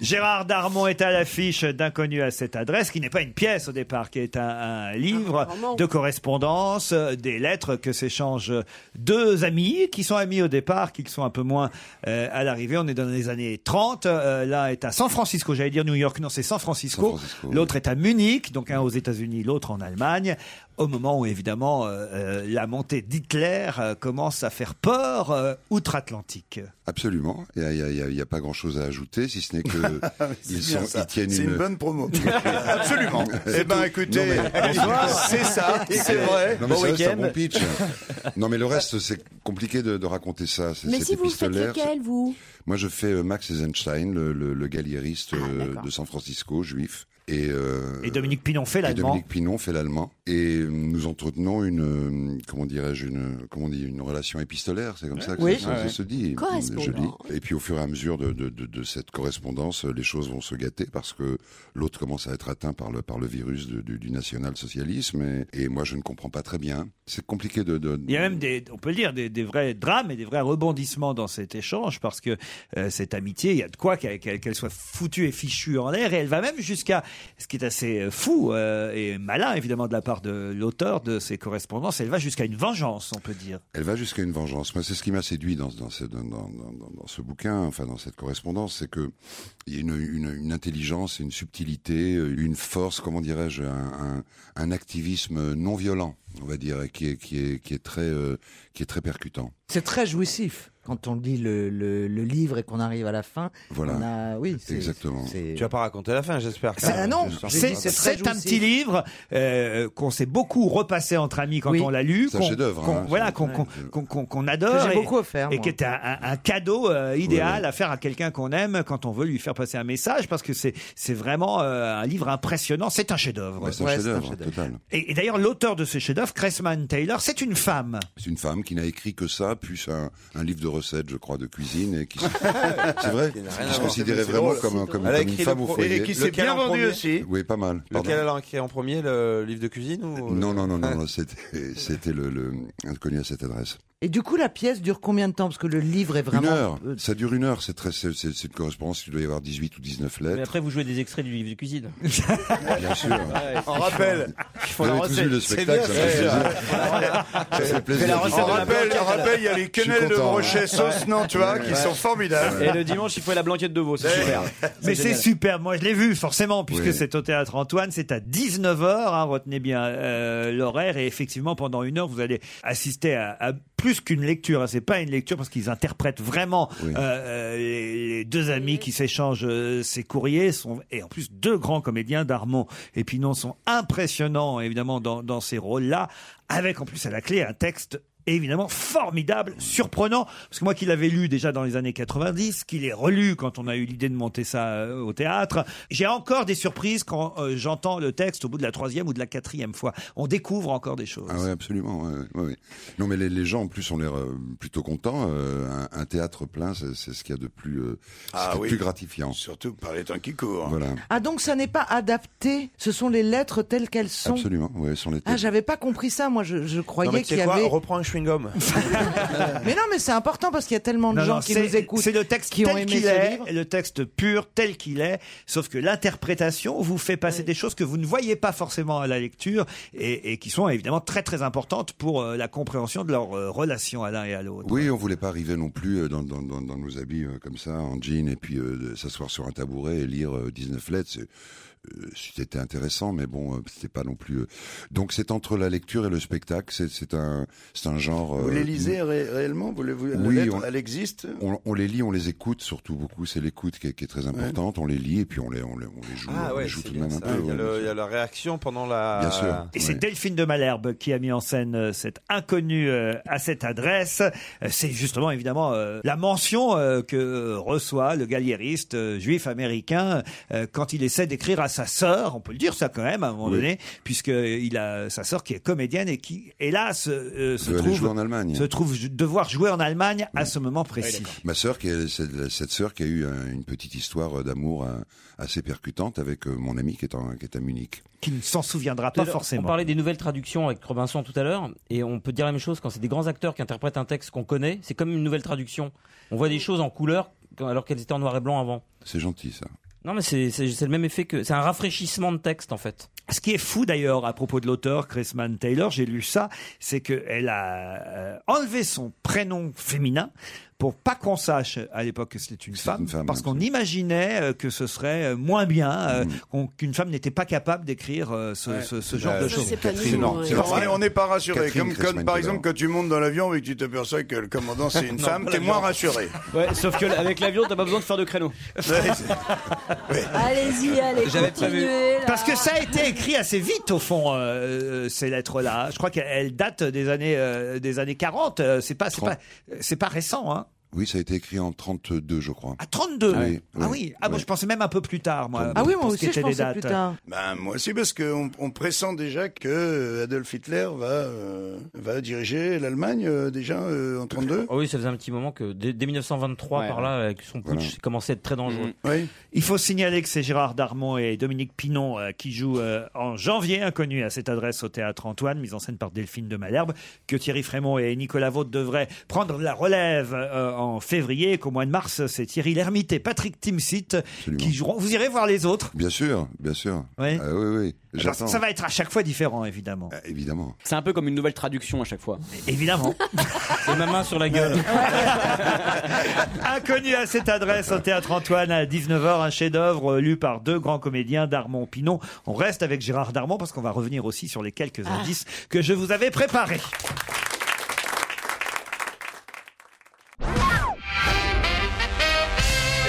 Gérard Darmon est à l'affiche d'Inconnu à cette adresse, qui n'est pas une pièce au départ, qui est un, un livre de correspondance, euh, des lettres que s'échangent deux amis, qui sont amis au départ, qui le sont un peu moins euh, à l'arrivée. On est dans les années 30. euh, L'un est à San Francisco, j'allais dire New York, non, c'est San Francisco. L'autre est à Munich, donc un aux États-Unis, l'autre en Allemagne. Au moment où évidemment euh, euh, la montée d'Hitler euh, commence à faire peur euh, outre-Atlantique. Absolument. Il n'y a, pas grand chose à ajouter, si ce n'est [laughs] que Ah, C'est ils, bien sont, ça. ils tiennent C'est une [laughs] bonne promo. [laughs] Absolument. Eh C'est ben, tout. écoutez, Non, mais- bonsoir. c'est ça, c'est vrai. Non, mais Bon ça reste un week-end. bon pitch. Non, mais le reste, c'est compliqué de, de raconter ça. C'est- Mais c'est si vous faites épistolaire, c'est- lequel, vous Moi, je fais euh, Max Eisenstein, le, le, le galliériste euh, de San Francisco, juif. Et, euh, Et Dominique Pinon fait et l'allemand. Dominique Pinon fait l'allemand. Et euh, nous entretenons une, euh, comment dirais-je, une, comment on dit, une relation épistolaire. C'est comme ça que Oui. ça, ça- Ouais, ça ouais. se dit. Correspondant. Je dis. Et puis, au fur et à mesure de, de, de, de cette correspondance, euh, les choses vont se gâter parce que l'autre commence à être atteint par le, par le virus de- du, du national-socialisme. Et, et moi, je ne comprends pas très bien. C'est compliqué de, de, Il y a même des, on peut le dire, des, des vrais drames et des vrais rebondissements dans cet échange parce que euh, cette amitié, il y a de quoi qu'elle qu'elle- qu'elle soit foutue et fichue en l'air et elle va même jusqu'à, ce qui est assez euh, fou euh, et malin évidemment de la part de l'auteur de ces correspondances, elle va jusqu'à une vengeance, on peut dire. Elle va jusqu'à une vengeance. Moi, c'est ce qui m'a séduit dans, dans, ce, dans, dans- dans- dans ce bouquin, enfin dans cette correspondance, c'est que il y a une, une, une intelligence, une subtilité, une force, comment dirais-je, un, un- un activisme non violent, on va dire, et qui est, qui est, qui est très, euh, qui est très percutant. C'est très jouissif. Quand on lit le, le- le livre et qu'on arrive à la fin, Voilà. on a... Oui, c'est- Exactement. Tu vas pas raconter la fin, j'espère. Ah non, Euh, C'est c'est un petit livre euh, qu'on s'est beaucoup repassé entre amis quand Oui. on l'a lu, C'est un qu'on chef-d'œuvre, qu'on- hein, voilà c'est- qu'on ouais. qu'on- qu'on- qu'on- qu'on adore Que j'ai et, beaucoup offert, et moi. qui est un, un- un cadeau euh, idéal Ouais. à faire à quelqu'un qu'on aime quand on veut lui faire passer un message parce que c'est c'est vraiment euh, un livre impressionnant. C'est un chef-d'œuvre. Ouais, c'est un Ouais, chef-d'œuvre total. Et, et d'ailleurs, l'auteur de ce chef-d'œuvre, Cressman Taylor, c'est une femme. C'est une femme qui n'a écrit que ça, plus un, un livre de recettes, je crois, de cuisine, et qui, Ah. [laughs] c'est vrai, Qui n'a rien qui à se voir. considérait C'est vraiment drôle. comme, un- comme, Elle a comme une écrit femme le au pro- foyer. et qui s'est Lequel bien en vendue premier aussi. Oui, pas mal. Pardon. Lequel elle a lancé en Oh premier, le livre de cuisine ou Ah. Non, non, non, non, c'était, c'était le, le inconnu à cette adresse. Et du coup, la pièce dure combien de temps Parce que le livre est Une vraiment. euh, heure. Ça dure une heure. C'est très, c'est c'est- c'est une correspondance. Il doit y avoir 18 ou 19 Mais lettres. après, vous jouez des extraits du livre de cuisine. Bien [laughs] sûr. On rappelle. Vous avez tous vu le spectacle, ça fait plaisir. Ça fait plaisir. On rappelle, on rappelle, il y a les quenelles de Brochet sauce Nantes, tu vois, qui sont formidables. Et le dimanche, il faut la blanquette de veau, c'est super. [laughs] Mais c'est génial. super, moi je l'ai vu forcément, puisque Oui. c'est au théâtre Antoine, c'est à 19h, retenez bien euh, l'horaire, et effectivement pendant une heure vous allez assister à, à plus qu'une lecture, hein. c'est pas une lecture parce qu'ils interprètent vraiment euh, euh, les, les deux amis qui s'échangent euh, ces courriers, sont, et en plus deux grands comédiens, Darmon et Pinon, sont impressionnants évidemment dans, dans ces rôles-là, avec en plus à la clé un texte et évidemment formidable, surprenant, parce que moi qui l'avais lu déjà dans les années 90, qui l'ai relu quand on a eu l'idée de monter ça euh, au théâtre, j'ai encore des surprises quand euh, j'entends le texte au bout de la troisième ou de la quatrième fois. On découvre encore des choses. Ah ouais, absolument. ouais, ouais, ouais. Non, mais les, les gens, en plus, ont l'air euh, plutôt contents. euh, un, un théâtre plein, c'est c'est ce qu'il y a de plus, euh, ce Ah qu'il y a de oui. plus gratifiant. Surtout par les temps qui courent. Voilà. Ah, donc ça n'est pas adapté. Ce sont les lettres telles qu'elles sont. Absolument. Ouais, sont les Ah, j'avais pas compris ça. Moi, je, je Non, mais croyais tu sais qu'il y quoi avait. Reprends un chewing-gum. [laughs] Mais non, mais c'est important parce qu'il y a tellement de Non, gens non, qui c'est- nous écoutent. C'est le texte qui ont tel aimé qu'il ce est, livre. le texte pur tel qu'il est, sauf que l'interprétation vous fait passer des choses que vous ne voyez pas forcément à la lecture et, et qui sont évidemment très très importantes pour euh, la compréhension de leur euh, relation à l'un et à l'autre. Oui, on voulait pas arriver non plus euh, dans, dans, dans, dans nos habits euh, comme ça, en jean, et puis euh, de s'asseoir sur un tabouret et lire euh, 19 lettres. C'est- euh, C'était intéressant, mais bon, euh, c'était pas non plus. euh, Donc c'est entre la lecture et le spectacle. C'est c'est un, c'est un genre. Vous euh, les lisez ré- réellement vous les, vous, la Oui, lettre, on- elle existe on, on les lit, on les écoute surtout beaucoup. C'est l'écoute qui, est- qui est très importante. On les lit et puis on les, on les, on les joue, Ah on les joue tout de même un peu. Il y, a ouais, le- bien il y sûr. a la réaction pendant la. Bien sûr. Et c'est Delphine de Malherbe qui a mis en scène euh, cet inconnu euh, à cette adresse. Euh, C'est justement évidemment euh, la mention euh, que euh, reçoit le galliériste euh, juif américain euh, quand il essaie d'écrire à sa sœur. On peut le dire ça quand même à un moment Oui. donné, puisque il a sa sœur qui est comédienne et qui, hélas, euh, se Veut aller trouve jouer en Allemagne. se trouve ju- devoir jouer en Allemagne à ce moment précis. Ma sœur, qui est, c'est- cette sœur qui a eu euh, une petite histoire euh, d'amour euh, assez percutante avec euh, mon ami qui est, en- qui est à Munich. qui ne s'en souviendra Tout à pas l'heure, On forcément. parlait des nouvelles traductions avec Robinson tout à l'heure, et on peut dire la même chose quand c'est des grands acteurs qui interprètent un texte qu'on connaît, c'est comme une nouvelle traduction. On voit des choses en couleur quand- alors qu'elles étaient en noir et blanc avant. C'est gentil ça. Non, mais c'est c'est- c'est le même effet que. C'est un rafraîchissement de texte en fait. Ce qui est fou d'ailleurs à propos de l'auteur Chrisman Taylor, j'ai lu ça, c'est qu'elle a euh, enlevé son prénom féminin pour pas qu'on sache à l'époque que c'était une, femme, hein, parce qu'on imaginait euh, que ce serait euh, moins bien, euh, Mm. qu'on- qu'une femme n'était pas capable d'écrire euh, ce, ce- ce genre Bah, de ça, choses. c'est pas Catherine, nous, non, ouais. c'est normal, on n'est pas rassuré. Catherine Comme- comme, Cressman par exemple, quand tu montes dans l'avion et que tu t'aperçois que le commandant c'est une [laughs] Non, femme, pas t'es l'avion. moins rassuré. Ouais, sauf que avec l'avion, t'as pas besoin de faire de créneau. Allez-y, allez, J'avais continuez. là. Parce que ça a été écrit assez vite au fond euh, euh, ces lettres-là. Je crois qu'elles datent des années euh, des années 40. euh, C'est pas c'est pas c'est pas récent. Hein. Oui, ça a été écrit en 32, je crois. À 32 Ah oui, Ah oui, oui, ah, moi, je pensais même un peu plus tard, moi. Ah oui, pour moi ce qui aussi, je était des pensais plus dates. tard. Bah, Ben, moi aussi, parce qu'on on pressent déjà que euh, Adolf Hitler va, euh, va diriger l'Allemagne euh, déjà euh, en 32. Ah oui, ça faisait un petit moment que dès, dès 1923 Ouais, par ouais. là, avec son putsch, Voilà. c'est commencé à être très Mmh. dangereux. Mm. Il faut signaler que c'est Gérard Darmon et Dominique Pinon euh, qui jouent euh, en janvier Inconnu à cette adresse au Théâtre Antoine, mise en scène par Delphine de Malherbe, que Thierry Frémont et Nicolas Vaute devraient prendre la relève euh, en février, et qu'au mois de mars, c'est Thierry Lhermitte et Patrick Timsit qui joueront. Vous irez voir les autres Bien sûr, bien sûr. Ah, Oui, oui, oui. Alors, J'attends. Euh, Ça va être à chaque fois différent, évidemment. Évidemment. C'est un peu comme une nouvelle traduction à chaque fois. Évidemment. [laughs] C'est ma main sur la gueule. [laughs] Inconnu à cette adresse au Théâtre Antoine à 19h, un chef-d'œuvre euh, lu par deux grands comédiens, Darmon Pinon. On reste avec Gérard Darmon parce qu'on va revenir aussi sur les quelques indices que je vous avais préparés.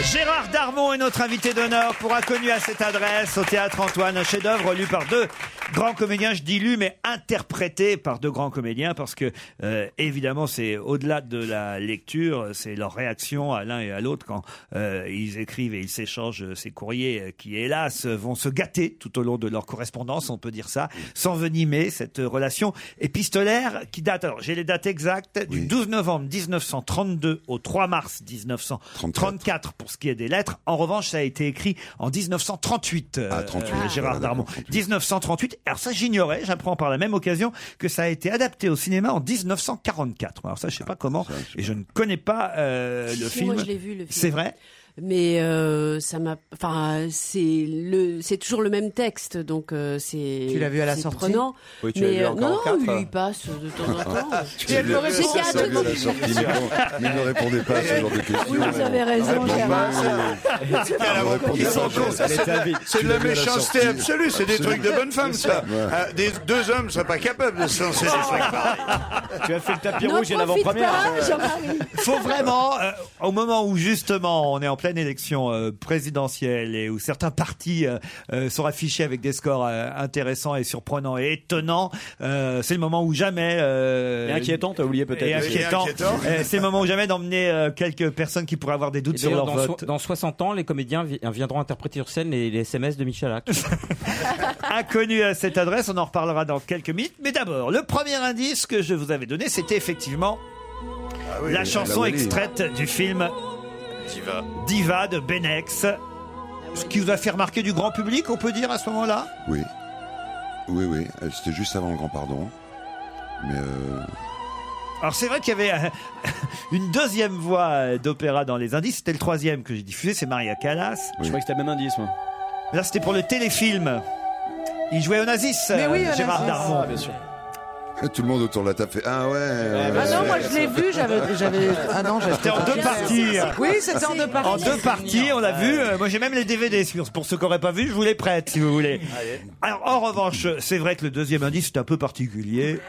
Gérard Darmon est notre invité d'honneur pour Inconnu à cette adresse au Théâtre Antoine, un chef-d'œuvre lu par deux grands comédiens, je dis lu, mais interprété par deux grands comédiens parce que euh, évidemment c'est au-delà de la lecture, c'est leur réaction à l'un et à l'autre quand euh, ils écrivent et ils s'échangent euh, ces courriers euh, qui hélas vont se gâter tout au long de leur correspondance, on peut dire ça, s'envenimer cette relation épistolaire qui date, alors j'ai les dates exactes, du 12 novembre 1932 au 3 mars 1934 pour ce qui est des lettres. En revanche, ça a été écrit en 1938, euh, 38, euh, Gérard voilà, Darmon. 1938 alors ça j'ignorais, j'apprends par la même occasion que ça a été adapté au cinéma en 1944. Alors Ah, ça je sais pas comment, et je ne connais pas euh, le, Si, film. Moi, je l'ai vu, le film. C'est vrai Mais euh, ça m'a. Enfin, c'est le, c'est toujours le même texte, donc euh, c'est. Tu l'as vu à la c'est sortie prenant. Oui, tu l'as Mais, vu en euh, Non, non, 44. lui, il passe de temps en temps. hein. Ah, Tu as pleuré C'était pour ça, un ça, truc à la sortie, mais bon, Ah, mais ne répondez pas à ce genre de questions. Oui, Ah, vous avez raison, Gérard. Ils sont cons, ça, c'est de la- C'est de la méchanceté absolue, c'est des trucs de bonne femme, ça. Ouais. Ah, des- Deux hommes ne seraient pas capables de se lancer des trucs pareils. Tu as fait le tapis Ne rouge et l'avant-première. profite pas, Jean-Marie. faut vraiment, euh, au moment où justement on est en pleine élection euh, présidentielle et où certains partis euh, euh, sont affichés avec des scores euh, intéressants et surprenants et étonnants, euh, c'est le moment où jamais. euh, Et inquiétant, t'as oublié peut-être. et inquiétant. Et inquiétant. Euh, c'est le moment où jamais d'emmener euh, quelques personnes qui pourraient avoir des doutes Et sur d'ailleurs, leur dans, vote. so- dans 60 ans, les comédiens vi- viendront interpréter sur scène les, les SMS de Michalak. [laughs] Inconnu à cette adresse, on en reparlera dans quelques minutes. Mais d'abord, le premier indice que je vous avais donné, c'était effectivement oui, la la chanson Wally. extraite du film Diva. Diva de Benex. Ce qui vous a fait remarquer du grand public, on peut dire à ce moment-là Oui. Oui, oui. euh, C'était juste avant le grand pardon. Mais euh, [laughs] Alors c'est vrai qu'il y avait euh, [laughs] une deuxième voix euh, d'opéra dans les indices, c'était le troisième que j'ai diffusé, c'est Maria Callas. Je crois que c'était le même indice moi. Là c'était pour le téléfilm. Il jouait Onassis, Mais euh, oui, Gérard Onassis. Darmon. Ah, bien sûr. tout le monde autour de la table fait Ah ouais. ouais, Ah non, ouais. moi je l'ai vu, j'avais, j'avais. Ah non, j'avais. C'était en deux parties. Oui, c'était en deux parties. En deux parties, on l'a vu. Euh, Moi, j'ai même les DVD. sur- Pour ceux qui n'auraient pas vu, je vous les prête, si vous voulez. Alors, en revanche, c'est vrai que le deuxième indice est un peu particulier.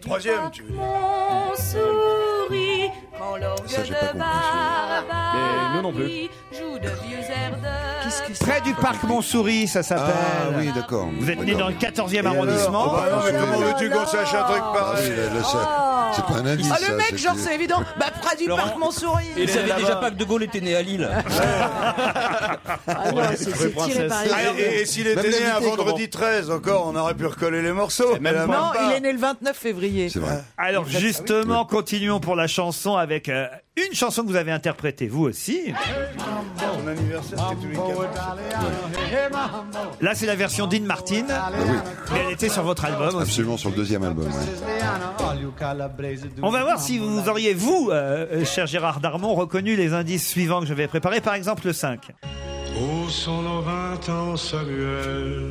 Troisième, tu veux dire. On sourit quand l'orgue Ça, j'ai pas de compris, Barbara Mais nous non plus. Paris joue de vieux airs de. Près du parc Montsouris, ça s'appelle. Ah oui, d'accord. Vous êtes né dans le 14e Et alors arrondissement. Ah, Oh, bah non, mais comment veux-tu qu'on sache un truc Ah oui, là, là, ça- c'est pas un indice. Ah, ça, le mec, genre, c'est évident. Bah, près du Laurent, parc Montsouris. il est là-bas. que De Gaulle était né à Lille. [laughs] Ouais, Ah c'est- c'est tiré par les cheveux. Et, et s'il était Même né un l'invité, vendredi 13 encore, on aurait pu recoller les morceaux. Mais là, Non, même pas. il est né le 29 février. Ah C'est vrai. Euh, Alors justement, continuons pour la chanson avec euh, une chanson que vous avez interprétée, vous aussi. Son anniversaire, c'était tous les quatre. Là, c'est la version d'In Martin. Mais elle était sur votre album aussi. Ah Absolument, sur le deuxième album. ouais. On va voir si vous auriez, vous, euh, euh, cher Gérard Darmon, reconnu les indices suivants que je vais préparer. Par exemple, le 5. Où sont nos vingt ans, Samuel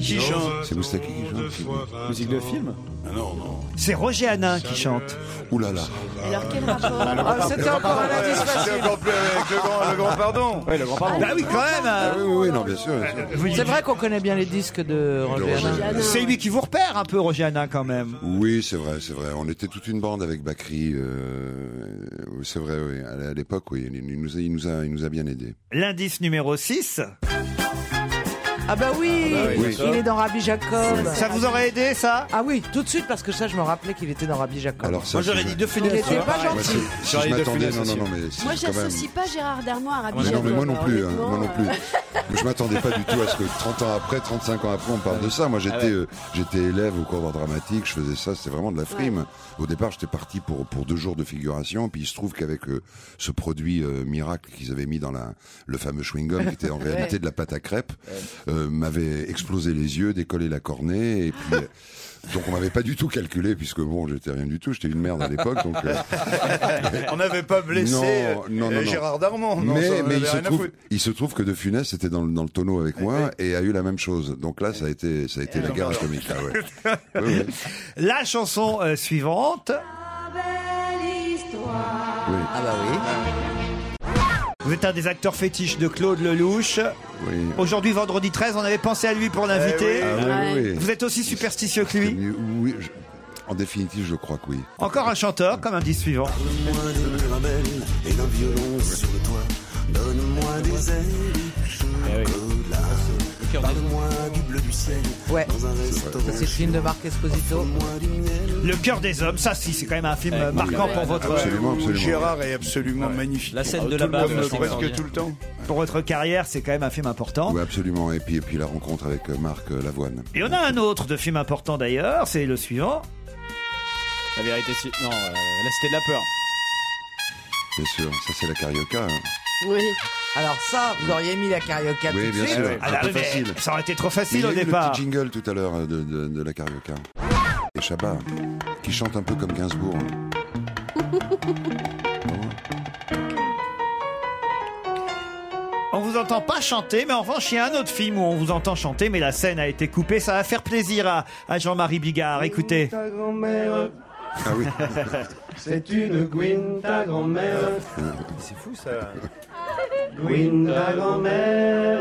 Qui chante C'est Moustaki qui chante. Musique de film Ah non, non. C'est Roger Hanin qui chante. Ouh là là. Alors quel rapport Ah, c'était encore un indice facile. C'était encore plus avec le grand, le grand pardon. Oui, le grand pardon. Bah oui, quand même. Ah oui, oui, oui, non, bien sûr. bien sûr. C'est vrai qu'on connaît bien les disques de Roger Hanin. C'est lui qui vous repère un peu, Roger Hanin, quand même. Oui, c'est vrai, c'est vrai. On était toute une bande avec Bakri. euh, c'est vrai, oui. À à l'époque, oui. Il il nous, a, il, nous a, il nous a bien aidés. L'indice numéro 6. Ah bah oui, Ah bah oui, il ça. est dans Rabbi Jacob. Ça vous aurait aidé ça Ah oui, tout de suite parce que ça je me rappelais qu'il était dans Rabbi Jacob. Alors ça, Moi, j'aurais si dit je- De Il Funès, tu était vois, pas pareil. Moi, gentil. c'est- si je m'attendais, non, non, non, mais c'est Moi, quand même... j'associe pas Gérard Darmon à Rabbi Mais non, mais moi Jacob, non plus, hein, honnêtement. euh. moi non plus. Moi, Je m'attendais pas du tout à ce que 30 ans après, 35 ans après, on parle de ça. Moi, j'étais, Ah ouais. euh, j'étais élève au cours d'art dramatique, je faisais ça, c'était vraiment de la frime. Au départ, j'étais parti pour, pour deux jours de figuration, puis il se trouve qu'avec euh, ce produit euh, miracle qu'ils avaient mis dans la, le fameux chewing-gum, [laughs] qui était en Ouais. réalité de la pâte à crêpes, euh, m'avait explosé les yeux, décollé la cornée, et puis... euh, Donc on m'avait pas du tout calculé puisque bon j'étais rien du tout j'étais une merde à l'époque donc euh, [laughs] [laughs] On n'avait pas blessé Non, euh, non, non, euh, non. Gérard Darmon. non, mais, ça, on mais avait il, se rien à trouve, foutre. il se trouve que De Funès était dans, le- dans le tonneau avec moi et a eu la même chose. Donc là, ça a été, ça a été la guerre atomique. là, [laughs] [laughs] ouais. Oui, oui. La chanson euh, suivante. Ah bah Vous êtes un des acteurs fétiches de Claude Lelouch. Oui. Aujourd'hui, vendredi 13, on avait pensé à lui pour Eh l'inviter. oui. Ah oui, oui. Vous êtes aussi superstitieux que C'était lui. mieux. Oui, je- en définitive, je crois que oui. Encore un chanteur, comme indice suivant. Donne-moi de la belle et le violon sur le toit. Donne-moi des ailes de Eh chocolat. Parle-moi du bleu du ciel. Ouais, Ça, c'est le film de Marc Esposito. Le cœur des hommes, ça si, c'est quand même un Ah, film euh, marquant pour votre Absolument, absolument. euh, Gérard est absolument magnifique. La scène Ah, de tout la le bave, monde, c'est presque extraordinaire. tout le temps. pour votre carrière, c'est quand même un film important. Oui, absolument. Et puis, et puis la rencontre avec euh, Marc euh, Lavoine. Et on a un autre de film important d'ailleurs, c'est le suivant. La vérité, si. Non, euh, la cité de la peur. Bien sûr, ça c'est la carioca. hein. Oui. Alors ça, vous auriez mis la carioca Oui, tout de bien suite. sûr. Ah, C'était mais facile. ça aurait été trop facile Mais au il y a eu départ. le petit jingle tout à l'heure euh, de, de- de la carioca. Et Chabat, qui chante un peu comme Gainsbourg. On vous entend pas chanter, mais en revanche, il y a un autre film où on vous entend chanter, mais la scène a été coupée. Ça va faire plaisir à, à Jean-Marie Bigard. Écoutez. Ta grand-mère, Ah oui. c'est une Gwyn, ta grand-mère. C'est fou ça. Gwyn, ta grand-mère,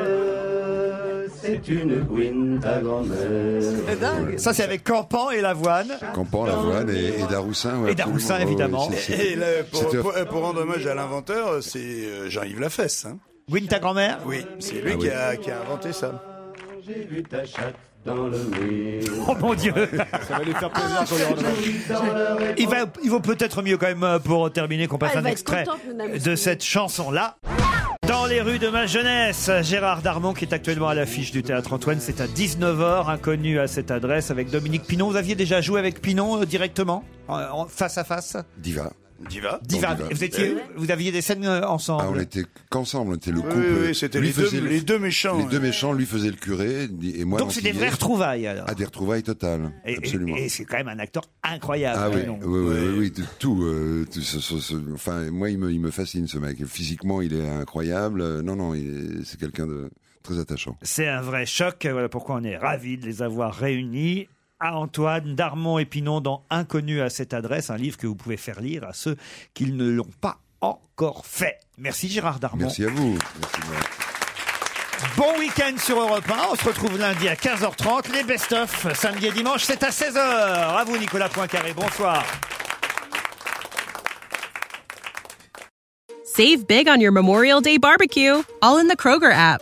c'est une Gwyn, ta grand-mère. Ça, c'est avec Campan et Lavoine. Campan, Lavoine et, et Daroussin. ouais, Et Daroussin, absolument. Ouais, ouais, évidemment. c'est- c'est- Et là, pour, c'était- pour- pour rendre hommage à l'inventeur, c'est euh, Jean-Yves Lafesse. Hein. Gwyn, ta grand-mère Oui, c'est lui Ah qui, oui. a, qui a inventé ça. J'ai vu ta chatte dans le mur. Oh mon Dieu Ça va lui faire plaisir sur Il, va, il vaut peut-être mieux quand même euh, pour terminer qu'on passe Ah, elle un va être extrait contente, Madame de cette chanson-là. Dans les rues de ma jeunesse, Gérard Darmon qui est actuellement à l'affiche du théâtre Antoine, c'est à 19h, inconnu à cette adresse avec Dominique Pinon. Vous aviez déjà joué avec Pinon euh, directement, en- en- face à face Diva. Ah, Diva. Diva, Diva. vous, étiez, vous aviez des scènes euh, ensemble. Ah, on était qu'ensemble, on était le Oui, couple. oui, c'était Lui les deux- faisait le- les deux méchants, Les ouais. deux méchants, lui faisait le curé et moi. Donc c'est des l'antillais. vraies retrouvailles alors. Ah, des retrouvailles totales. Et, et- Eh, absolument. et c'est quand même un acteur incroyable. Ah oui, oui, Pinon. oui, oui, oui, de tout. euh, tout, ce- ce- ce- enfin, moi, il me, il me fascine ce mec. Physiquement, il est incroyable. Euh, Non, non, il est- c'est quelqu'un de très attachant. C'est un vrai choc. Voilà pourquoi on est ravis de les avoir réunis. À Antoine, Darmon et Pinon dans Inconnu à cette adresse, un livre que vous pouvez faire lire à ceux qui ne l'ont pas encore fait. Merci Gérard Darmon. Merci à vous. Merci de m'avoir- Bon week-end sur Europe 1. On se retrouve lundi à 15h30. Les best-of, samedi et dimanche, c'est à 16h. À vous Nicolas Poincaré. Bonsoir. Save big on your Memorial Day barbecue, all in the Kroger app.